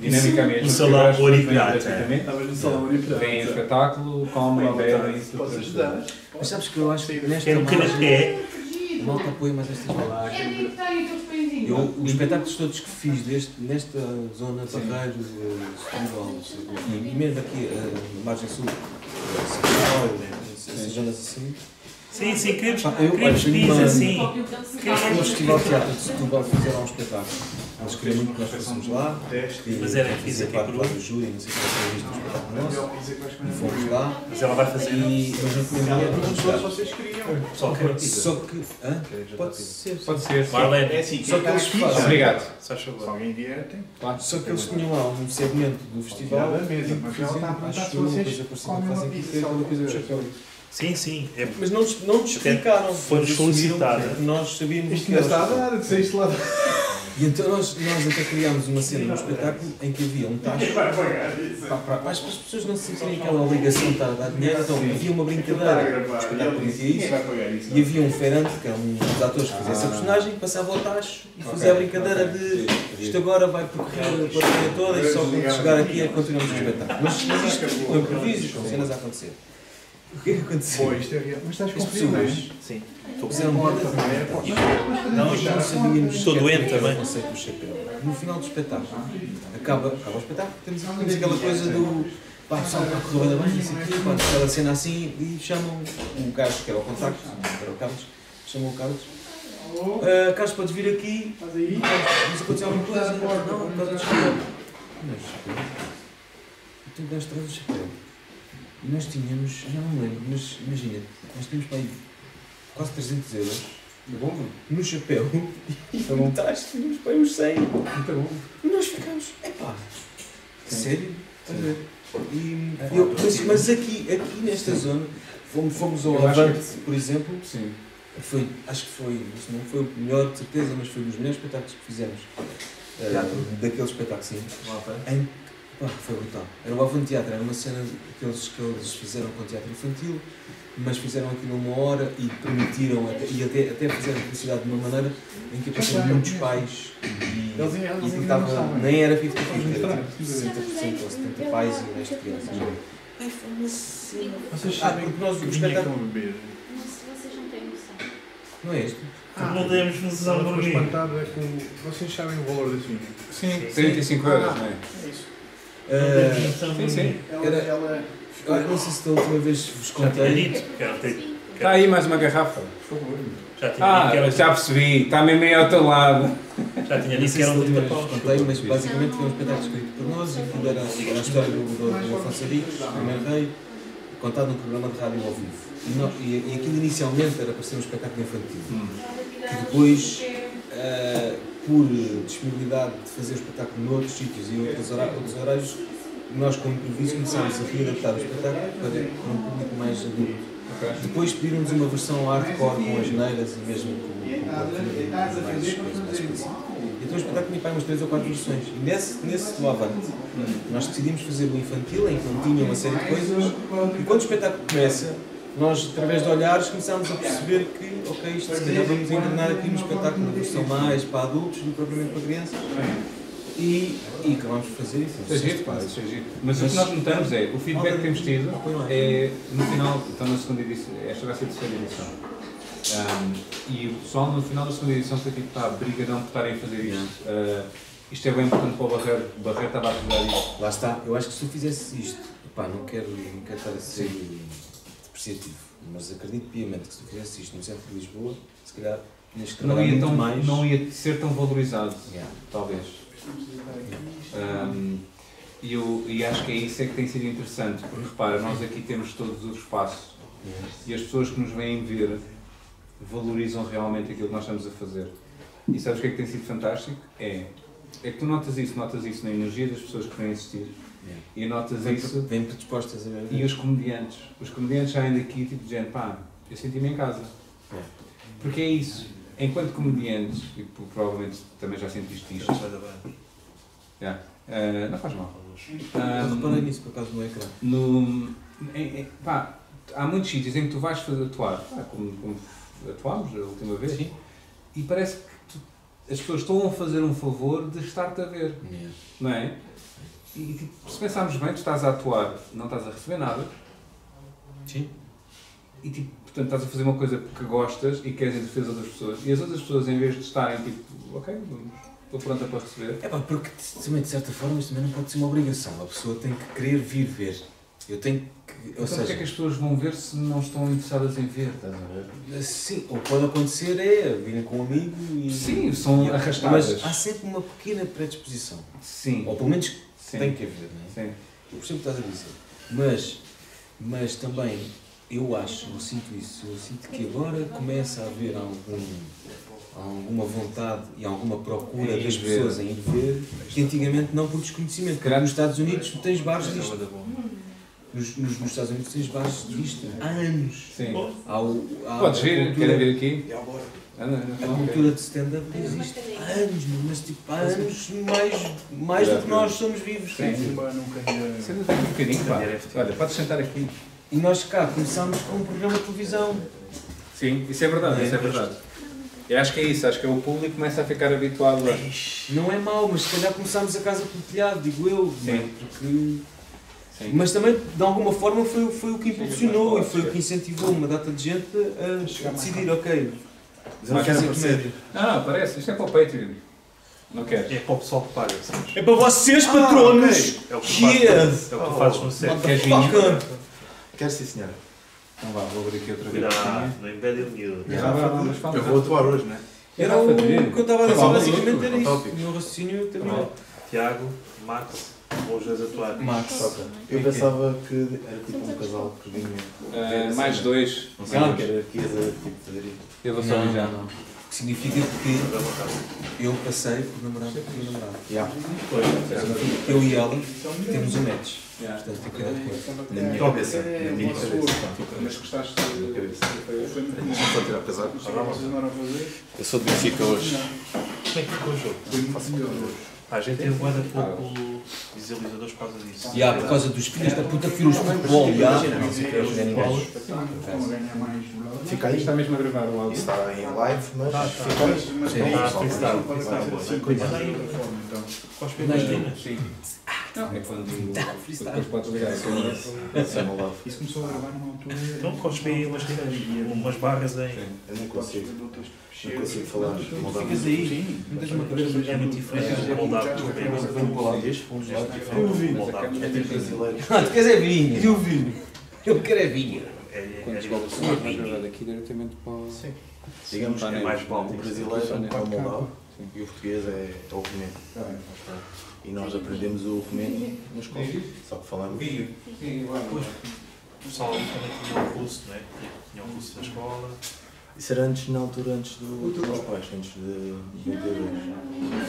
S3: Dinâmica mesmo.
S2: O salão
S3: Agora as pessoas vêm
S2: Oripirata.
S3: gratuitamente.
S4: Estavas no salão
S3: Vem o
S4: Olimpíada.
S3: espetáculo, calma, ideia, isso.
S4: Posso ajudar?
S1: Mas sabes que eu acho que nesta
S2: Quero um
S1: margem,
S2: canapé.
S1: a malta apoia mais estas margens.
S5: É daí que tem aqueles
S1: Eu,
S5: pãezinhos.
S1: os espetáculos todos que fiz deste, nesta zona de Barreiros, eh, Setúbal, não sei o quê, e mesmo aqui eh, na margem sul, eh, Setúbal, essas zonas assim,
S2: Sim, sim, queremos,
S1: Pá, Ah, eu-
S2: queremos assim.
S1: olha, tenho
S2: pizza,
S1: uma-
S2: sim.
S1: no Festival de Teatro de Setúbal fizeram um espetáculo. Eles queriam muito que nós fôssemos lá, e
S2: Mas era
S1: fazer
S2: física
S1: parte
S2: crua.
S1: lá do júri, não sei se vocês visto o espetáculo nosso, e fomos lá,
S2: Mas ela vai fazer.
S1: e mas não tinha
S4: é Ela
S1: dinheiro para
S4: perguntou se
S1: mostrar.
S4: vocês queriam.
S2: Só quero pizza.
S1: Só que, hã? Pode ser, só
S3: Pode ser. sim.
S4: É
S2: Marlene,
S4: assim,
S1: Só
S4: quem
S1: que
S4: está
S1: eles
S4: aqui,
S1: fazem.
S3: Obrigado.
S2: se faz
S4: Se
S2: favor.
S4: alguém vier, tem.
S1: Só que eles tinham lá um segmento do festival.
S4: Obrigado, mesmo, mas ela está a perguntar se
S2: é
S4: vocês comem uma pizza, se alguma coisa
S2: Sim, sim. É
S1: Mas não, nos- não nos explicaram.
S2: Foi-nos
S1: Eles assumiram
S2: solicitada.
S1: que Nós sabíamos
S4: Isto
S1: que
S4: ainda
S1: eles-
S4: está a
S2: é
S4: dar, de saíste lá.
S1: E então nós, nós até criámos uma cena no espetáculo em que havia um tacho.
S4: Vai pagar isso.
S1: Pá, pá, Mas para as pessoas não sentirem aquela ligação de estar a dar dinheiro, então havia uma
S4: Está a
S1: brincadeira.
S4: gravar.
S1: Espetáculo
S4: Ele disse,
S1: dizia isso.
S4: Ninguém vai pagar isso.
S1: E havia um feirante, que era um dos atores que fazia essa personagem, que passava o tacho e fazia a brincadeira de isto
S4: é
S1: agora vai percorrer a plateia toda e só quando chegar aqui é que continuamos o espetáculo. Mas isto com improvisos, com cenas a acontecer. O que é que
S4: Pô,
S1: aconteceu?
S4: isto é real. Mas estás com
S1: As
S4: frio, não é?
S1: pessoas
S2: Sim.
S1: fizeram uma brincadeira.
S2: Não,
S1: Nós
S2: já.
S1: não sabíamos
S2: Estou
S1: que era
S2: doente também.
S1: o conceito do chapéu. No final do espetáculo,
S4: é?
S1: acaba, acaba o espetáculo, temos, temos aquela coisa do pá, pessoal, está a correr bem, bem, isso aqui, pá, aquela cena assim, e chamam o gajo, que era o contacto, que era o Carlos, chamam o Carlos. "Ah, Carlos, podes vir aqui,
S4: Faz aí.
S1: mas aconteceu alguma coisa? Não, por causa do chapéu. Mas, chapéu? Então o gajo traz o chapéu. E nós tínhamos, já não me lembro, mas imagina, nós tínhamos para aí quase 300 euros
S3: Bom,
S1: no chapéu É e não estás, tínhamos para aí uns 100.
S3: muito bom.
S1: E nós ficámos, epá, sério?
S3: Sim.
S1: E eu- mas, mas aqui, aqui nesta zona, fomos, fomos ao
S3: Eu acho
S1: Avante, por exemplo,
S3: Sim.
S1: foi, acho que foi, se não foi o melhor, de certeza, mas foi um dos melhores espetáculos que fizemos. eh, daquele espetáculo, sim. Em, pá, foi brutal. Era o Avante Teatro, era uma cena que eles, que eles fizeram com teatro infantil, mas fizeram aquilo uma hora e permitiram, até- e até, até fizeram publicidade de uma maneira em que apareciam muitos pais e,
S4: Eles ainda
S1: e
S4: não
S1: estava,
S4: sabem.
S1: nem era 50-50,
S4: Vamos
S1: era
S4: mostrar.
S1: tipo 60% ou 70 pais e o resto crianças. Ai, foi uma cena.
S4: Vocês
S1: Ah,
S4: sabem
S1: porque nós
S4: que
S1: o
S4: vinha
S1: espetáculo.
S4: com beber.
S7: Vocês não têm noção.
S1: Não é este?
S2: Ah, Não demos nos
S4: Ela ficou
S2: hambúrguer.
S4: espantada é com... Vocês sabem o valor desse vinho?
S3: Sim. 35 euros, não é?
S4: É isso.
S1: Ah,
S3: Sim, sim.
S4: Ela...
S1: Era-
S4: ela...
S1: Ah, eu não sei se da última vez vos
S2: Já tinha
S1: contei.
S2: dito que era te-
S3: Está Tá aí mais uma garrafa.
S4: Por favor.
S2: já tinha
S3: Ah,
S2: dito que era-
S3: já percebi. Está mesmo aí ao teu lado.
S2: já tinha
S1: Não
S2: dito
S1: sei
S2: que
S1: se
S2: era
S1: da
S2: um
S1: última vez
S2: tentapau.
S1: vos contei, mas basicamente foi um espetáculo escrito por nós e aquilo era, era a história do, do, do Afonso Henriques, do primeiro rei, contado num programa de rádio ao vivo. E, nó- e- e
S8: é
S1: aquilo inicialmente era para ser um espetáculo infantil.
S3: Hum.
S1: Depois, ah, por eh, disponibilidade de fazer espetáculo noutros sítios e em outros hora- outros horários, nós, como improviso, começámos a readaptar o espetáculo para um público mais adulto. Depois pediram-nos uma versão hardcore com as neiras e mesmo com, com mais, um mais, mais coisas. Então o espetáculo tinha pá, umas 3 ou 4 versões. E nesse, nesse do Avante, nós decidimos fazer o infantil, em que não tinha uma série de coisas, e quando o espetáculo começa, nós, através de olhares, começámos a perceber que, ok, isto se calhar vamos encarnar aqui no espetáculo uma versão mais para adultos do que propriamente para crianças. E, e acabámos de fazer isso.
S3: Isso é giro, pá, isso é giro. Mas, o que nós notamos é, o feedback que temos tido
S1: Ah,
S3: é, no final, então na segunda edição, esta vai ser a terceira edição. Ahm, e o pessoal no final da segunda edição foi tipo, pá, brigadão por estarem a fazer isto. Ah, isto é bem importante para o Barreiro, o Barreiro estava a estudar isto.
S1: Lá está, eu acho que se eu fizesse isto, pá, não quero, não quero estar a ser depreciativo, mas acredito piamente que se eu fizesse isto no centro de Lisboa, se calhar tinhas que
S3: Não
S1: trabalhar
S3: ia,
S1: muito
S3: tão,
S1: mais.
S3: não ia ser tão valorizado,
S1: Yeah.
S3: talvez. Ahm, e, eu, e acho que é isso é que tem sido interessante, porque repara, nós aqui temos todos os espaços e as pessoas que nos vêm ver valorizam realmente aquilo que nós estamos a fazer. E sabes o que é que tem sido fantástico? É, é que tu notas isso, notas isso na energia das pessoas que vêm assistir
S1: Yeah.
S3: e notas
S1: Vem,
S3: isso
S1: vem predispostas a ver.
S3: e os comediantes. Os comediantes saem daqui tipo de género, pá, eu senti-me em casa. Porque é isso. Enquanto comediantes, e tu provavelmente também já sentiste isto. Já. Ah, não faz mal. Ah,
S1: é Eu reparei nisso por acaso no ecrã.
S3: no, em- em- pá, há muitos sítios em que tu vais fazer atuar, pá, como, como atuámos a última vez, e parece que tu- as pessoas estão a fazer um favor de estar-te a ver, não é? E, tipo, se pensarmos bem, tu estás a atuar, não estás a receber nada,
S1: Sim.
S3: e tipo, portanto estás a fazer uma coisa que gostas e queres em defesa das pessoas, e as outras pessoas, em vez de estarem tipo, ok, vamos, estou pronta para receber,
S1: É pá, porque t- também de certa forma isto também não pode ser uma obrigação. A pessoa tem que querer vir ver. Eu tenho que. Ou
S3: então porque é que
S1: seja,
S3: as pessoas vão ver se não estão interessadas em ver? Estás a ver?
S1: eh, sim, o que pode acontecer é virem com um amigo e.
S3: Sim, são arrastadas.
S1: Mas há sempre uma pequena predisposição.
S3: Sim.
S1: Ou pelo menos
S3: Sim.
S1: tem que haver, não é?
S3: Sim.
S1: Eu percebo o que estás a dizer. Mas, mas também eu acho, eu sinto isso, eu sinto que agora começa a haver algum, alguma vontade e alguma procura
S3: Em ir
S1: das
S3: ver.
S1: pessoas em ir ver, que antigamente não por desconhecimento. Calhar nos Estados Unidos tu tens bares disto. Nos, nos, nos Estados Unidos tens bares disto há anos.
S3: Sim.
S1: Há, o- há
S3: Podes
S1: a
S3: vir,
S1: cultura-
S3: querem vir aqui? Anda,
S1: a
S3: anda, ok.
S1: cultura de stand-up existe há anos, meu, mas tipo, há anos mais, mais do que nós somos vivos.
S3: é. Sim.
S4: Pumba, nunca ia-
S3: Senta-te aqui um bocadinho, pá. Olha, podes sentar aqui.
S1: E nós cá começámos com um programa de televisão.
S3: Sim, isso é verdade, isso é verdade. Eu acho que é isso, acho que o público começa a ficar habituado a...
S1: Não é mau, mas se calhar começámos a casa pelo telhado, digo eu. é?
S3: Sim.
S1: Porque...
S3: Sim.
S1: Mas também, de alguma forma, foi, foi o que impulsionou e foi o que incentivou uma data de gente a decidir, ok, vamos fazer comédia.
S3: Ah, aparece, isto é para o Patreon. Não queres?
S2: É para o pessoal que paga, sabes?
S1: É para vocês, patronos!
S2: É o que tu
S1: Yes!
S2: fazes, é o que tu fazes no set.
S3: Oh, Queres vinho?
S8: Quero sim, senhora.
S3: Então vá, vou abrir aqui outra vez.
S2: Cuidado, não impede o miúdo.
S3: Vá, vá, vá, mas fala.
S8: Eu vou atuar hoje, não é?
S1: Era o que eu estava a dizer,
S3: Fala,
S1: basicamente era isso.
S8: tópico.
S1: O meu raciocínio terminou.
S2: Pronto. Tiago, Max, vão os dois atuar.
S1: Max.
S8: Eu pensava que era tipo um casal que vinha. assim,
S3: Ah, mais dois.
S8: Não sei, não quero aqui tipo fazer isso.
S3: Eu vou só
S1: Não,
S3: mijar.
S1: não. O que significa que eu passei por namorar com a minha namorada.
S8: Yeah.
S1: Significa que Eu e ela temos um match.
S3: Yeah.
S1: Portanto, tem cuidado com isso.
S8: Na minha
S2: Top.
S8: cabeça. Na minha cabeça.
S3: Mas gostaste de...
S8: cabeça. Deixa-me só tirar o casaco.
S4: Vocês não eram a fazer?
S8: Eu sou de Benfica hoje.
S2: Como é que ficou o jogo?
S8: Faço melhor hoje.
S2: Pá, a gente teve guarda pouco visualizadores por causa disso.
S1: E há por causa dos filhos da puta que viram os futebol, e há. Não sei o que é jogar ninguém.
S4: Vão ganhar mais.
S8: Fica aí.
S3: Está mesmo a gravar o
S8: Isso
S3: áudio.
S8: está em live,
S2: Tá,
S8: mas fica
S4: Mas-
S8: aí.
S4: mas-
S1: Sim.
S4: mas-
S2: Ah,
S4: mas-
S2: freestyle,
S4: mas- mas-
S8: freestyle,
S4: mas-
S8: boa.
S4: Cuidado aí. Então.
S2: Com as pequeninas.
S3: Sim. Não, é quando depois podes ligar a câmera.
S8: Sim, meu love.
S4: Isso começou a gravar numa altura.
S2: Então, com as pe- umas tiras, umas barras em.
S8: Eu não consigo. Não
S4: Não
S8: consigo falar.
S1: Ficas aí, não tens uma cabeça
S2: É muito diferente do moldado do bem.
S3: um
S8: É tipo brasileiro.
S1: Ah, tu queres é vinho. E o vinho? Eu quero é vinho.
S2: É, é,
S3: Quando chegar o som,
S2: é,
S3: vais
S8: né?
S3: gravar daqui diretamente para o...
S8: Sim. Digamos que
S3: Está
S8: é
S3: nem-
S2: mais bom.
S8: o brasileiro é o moldavo e o português é é o romeno. E nós aprendemos o romeno na escola. Só que falamos.
S3: Vídeo. Sim, vai.
S2: O pessoal ali também tinha o russo, né? Tinha o russo na escola.
S8: Isso era antes, na altura, antes do- dos meus pais, antes de 92.
S4: O
S2: né?
S4: regime,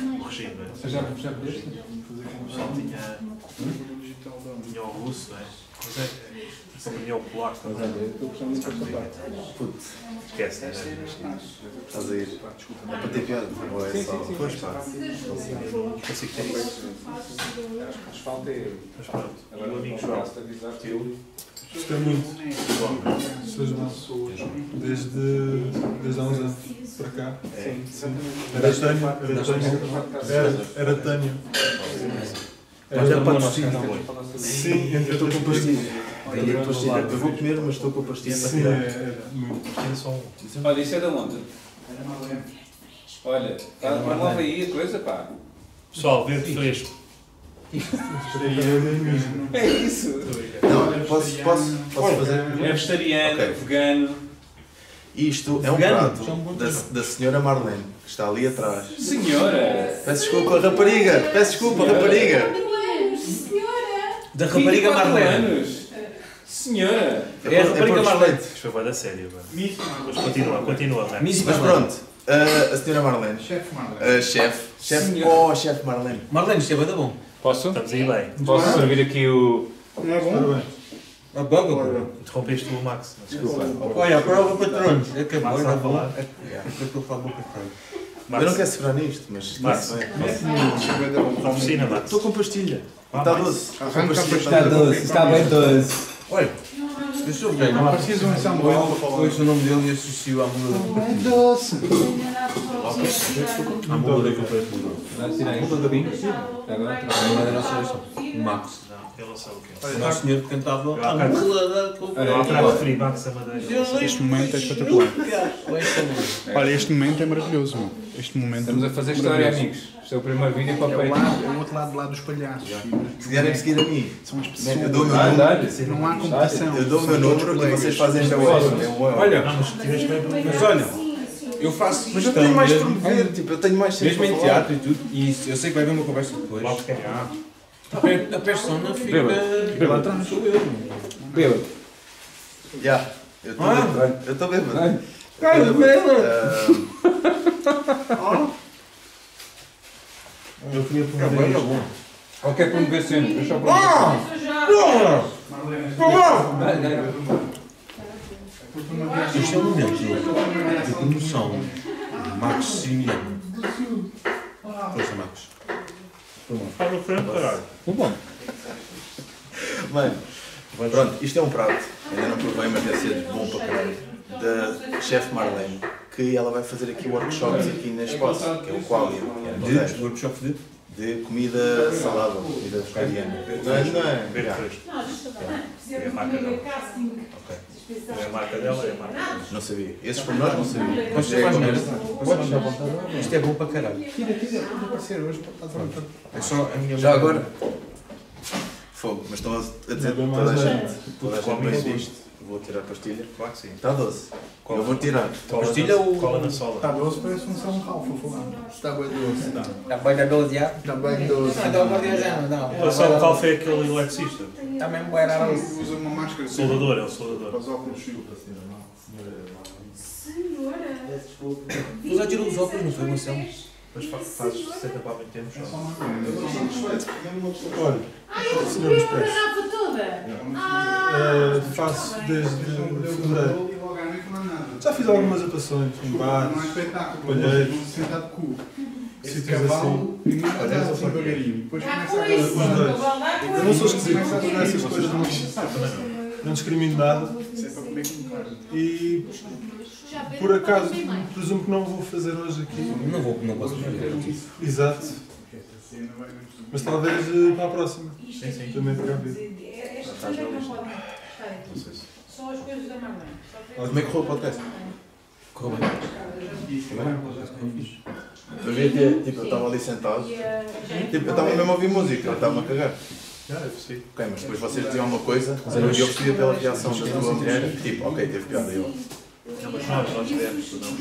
S4: não é?
S3: Você já, já pudeste?
S4: O pessoal tinha. Tinha o russo, não é? Mas é. Só tinha o polaco
S8: Mas é
S4: também.
S8: olha, eu estou gostando
S9: é
S8: muito de Puto,
S4: Esquece, né?
S8: estás a ir. É para ter piada. Ou é só. Pois pá.
S9: um
S4: Pensei
S9: é
S4: que tinha isso.
S3: Mas falta é.
S4: Mas pronto. E
S3: Agora
S4: o amigo João.
S3: posso avisar que
S4: Eu.
S9: Gostei muito. é? Desde, desde há uns anos para cá.
S8: É,
S9: Era
S3: é
S9: Tânia. Era Tânia. Era, era Tânia.
S8: Mas
S9: Era
S8: é para
S9: Tânia.
S8: desistir também.
S9: Sim,
S8: Eu estou com pastilha. Tenho a pastilha. Eu vou comer, mas estou com pastilha para
S9: Sim,
S8: tirar.
S9: é, era muito.
S8: um-
S3: Olha, isso é da onde? Olha, pá, promove aí a coisa, pá.
S9: Pessoal, vento fresco.
S3: É isso.
S8: Não, posso, posso, posso fazer?
S3: É vegetariano,
S8: Ok.
S3: vegano.
S8: Isto é um
S1: Vegano.
S8: prato da, da senhora Marlene, que está ali atrás.
S3: Senhora!
S8: Peço desculpa, rapariga! Peço desculpa,
S3: Senhora.
S8: rapariga!
S5: senhora!
S1: Da rapariga
S3: 24
S1: Marlene.
S3: anos. Senhora!
S1: É a
S8: por
S1: rapariga
S8: respeito.
S1: Marlene.
S9: Isto foi bué da sério, mano. Mas continua, continua, mano.
S1: Miss
S8: Mas
S1: Marlene.
S8: pronto, a, a senhora Marlene,
S4: Chefe, mano.
S9: É,
S8: a chefe, chefe,
S3: Senhora.
S8: oh, chefe Marlene.
S1: Marlene, isto é bada bom.
S3: Posso?
S9: Estamos aí bem.
S3: Posso servir aqui o.
S4: Não é bom?
S9: Parabéns.
S1: A boga, pô.
S9: Interrompeste o Max. mas-
S1: Olha, a prova É patrões. Acabou,
S9: Max
S1: era
S9: a
S1: bom.
S9: falar.
S1: Estou com a boca feia.
S8: Eu não
S9: Max,
S8: quero segurar nisto, mas
S9: Mas-
S8: está bem.
S3: é
S9: oficina, Max.
S8: Estou com Tá pastilha. Está doce. Estou com pastilha.
S1: Está doce, está bem doce. Olha, deixa eu ver.
S4: Preciso de um
S1: Qual
S4: Samuel.
S1: Foi o nome dele e associou à mula.
S4: É doce.
S5: Não,
S3: Vamos tirar isso. Agora, tá é
S1: Max.
S9: Eu não sei o que é.
S1: O nosso senhor que cantava
S4: Ah,
S9: Eu
S1: a
S9: acabo-
S1: mula da culpa.
S8: é
S9: Não há prato frio, Max, a madeira.
S4: Este momento é espetacular.
S1: Com esta mula.
S4: Olha, este momento é maravilhoso, meu. Este momento
S3: Estamos a fazer história, amigos. Este é o primeiro vídeo para o peito.
S4: é o outro lado, do lado dos palhaços.
S8: Se quiserem me seguir a mim,
S4: São as
S8: eu dou o meu
S1: um
S3: Ah,
S8: número,
S3: dá-lhe.
S4: Não há competição.
S8: eu dou o meu número e vocês fazem esta web. É um web.
S3: Olha,
S9: Não, mas tiveste bem porque
S1: Mas olha,
S5: assim,
S1: eu faço
S8: Mas eu
S1: questão
S8: tenho mais de
S1: mesmo,
S8: promover, tipo, eu tenho mais cenas
S1: mesmo
S8: para
S1: em
S8: falar.
S1: teatro e tudo, e isso, eu sei que vai haver uma conversa depois.
S9: logo que é.
S1: A per- A persona fica.
S3: Bêbado.
S1: atrás. Sou eu.
S3: bêbado.
S8: Já, eu estou
S1: Ah.
S8: bêbado. Eu estou bêbado.
S1: Cara,
S8: Eu tô
S1: bêbado.
S8: Ah.
S9: Eu queria
S1: É bom, é bom.
S3: Ou quer promover sempre? Deixa eu promover.
S1: Ah! Ah! Ah! Este é o momento de comoção de Maximiano. Força, Marcos.
S9: Fala o frango, caralho.
S1: Tá
S8: Mano, pronto, isto é um prato. Ainda não provei, mas deve ser bom para caralho. Da chefe Marlene, que ela vai fazer aqui workshops aqui na Escócia, que é o Qualia, que é um
S1: De
S8: rodeio
S1: workshop de.
S8: de comida salada, comida vegetariana. Não é? Não é?
S9: Bem
S8: Já.
S9: fresco. É a marca dela. É a marca dela, é a marca dela.
S8: Não sabia. Esses por nós não sabia.
S1: Mas
S8: É
S1: tu faz
S8: como-
S1: merda. Isto é bom para caralho. É só a minha
S8: Já
S1: mãe.
S8: agora? Fogo, mas é estão a a dizer toda a gente. Toda a gente
S9: Come
S8: bem
S9: isso.
S8: disto. Vou tirar a pastilha.
S9: Claro que sim.
S8: Está Tá doce. Eu vou tirar.
S9: Cola
S1: Pastilha
S9: na-
S1: ou-
S9: Cola na sola.
S4: Está doce, parece um São Ralph, vou falar. Está bem doce.
S1: Está bem da doze já?
S4: Está bem doce.
S9: O São Paulo foi aquele eletricista.
S1: Está mesmo bem da doze.
S4: Usa uma máscara.
S9: Soldador, é o soldador.
S4: Os óculos.
S5: Senhora!
S1: Tu já tirou os óculos, não foi, Marcelo?
S9: Mas fa- fazes 60 para 20
S4: É
S8: É,
S9: anos. não?
S4: Olha.
S5: Ah, eu descobri uma garrafa toda! Ah!
S9: Ah,
S5: faço
S9: faço
S5: desde
S9: desde
S4: Fevereiro. E logo à noite não há nada.
S9: Já fiz algumas atuações em
S4: Desculpa, Não é espetáculo.
S9: Olheiros.
S4: Um sentado de cu. Esse
S9: Sítios
S4: cavalo, primeiro começa assim devagarinho. Depois
S5: Dá
S4: começa
S5: com
S4: a
S5: Ah, isso!
S4: galopar.
S5: Eu
S9: não sou esquisito.
S4: Começa a tornar essas coisas mais
S9: Não discrimino nada.
S4: Isso é para comer com carne.
S9: E
S7: Por acaso.
S9: presumo que não vou fazer hoje aqui.
S1: Não vou, não posso ver.
S9: Exato. Mas talvez eh, para a próxima.
S5: Sim, sim.
S9: Também fica a ver.
S5: Estas coisas é que não podem estar aí. São as coisas da mamãe.
S8: Como é que correu o podcast?
S1: Como é?
S8: Eu vi até, tipo, eu estava ali sentado.
S5: eh,
S8: Tipo, eu estava mesmo a ouvir música, eu estava a cagar.
S9: Ah, eu sei.
S8: Ok, mas depois vocês diziam uma coisa e eu percebi pela reação da tua mulher, tipo, ok, teve piada. Eu,
S9: Não, mas nós, nós tivemos,
S5: eh,
S9: não.
S8: não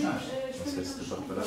S8: sei se estás a parar.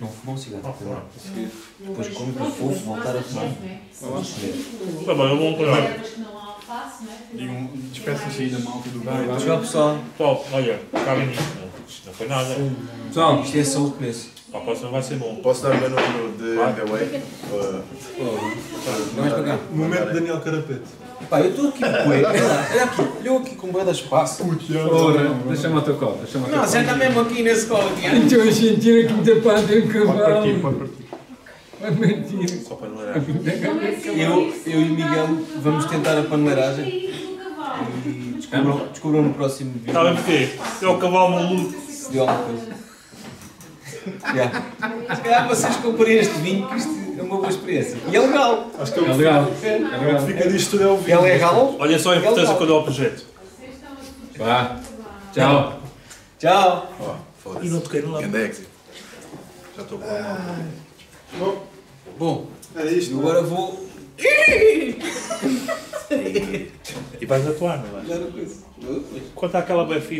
S1: Não fumar um
S2: Ah,
S1: cigarro.
S5: fumar.
S1: Depois como que eu for voltar a fumar.
S10: é?
S1: é.
S5: Tá bom, eu vou parar.
S10: não há alface, não é?
S4: Digam, despeçam-se aí da malta do bairro.
S1: Tchau, pessoal.
S2: Pau, olha, cabe nisso. Não, isto não foi nada.
S3: Pessoal,
S1: Isto é só o começo.
S2: Para a próxima vai ser bom.
S5: Tá, Posso dar o meu número de Underway?
S1: Vais para cá.
S8: é
S9: Momento Daniel Carapete.
S1: Pá, eu estou aqui com coelho. Olha lá, olha aqui. Olha eu aqui com boa de espaço.
S3: ora, deixa-me o teu colo. Deixa-me o teu colo.
S1: está mesmo aqui na escola,
S11: Então a gente tira que me tapar de um
S4: Pode partir,
S11: cavalo.
S4: pode partir.
S11: É mentira.
S5: Só para não
S10: é
S5: era.
S10: assim,
S1: Eu, eu e Miguel vamos tentar a paneleiragem. E descubram, descubram no próximo vídeo
S2: Está a meter. É o cavalo maluco.
S1: se deu alguma coisa. Já. Se calhar É, vocês comprem este vinho, que isto é uma boa experiência. E é legal.
S9: Acho que é
S3: É
S9: o
S3: legal. É legal.
S9: fica disto tudo é o
S1: É legal.
S2: Olha só a importância quando é o projeto.
S3: Vá. Tchau.
S1: Tchau.
S5: Ó, foda-se. E não toquei no lado. Já estou com a mão.
S1: Bom,
S9: Era isto.
S1: eu agora vou.
S2: E vais atuar, não vais?
S1: dar a coisa.
S2: é? Quanto àquela bafia.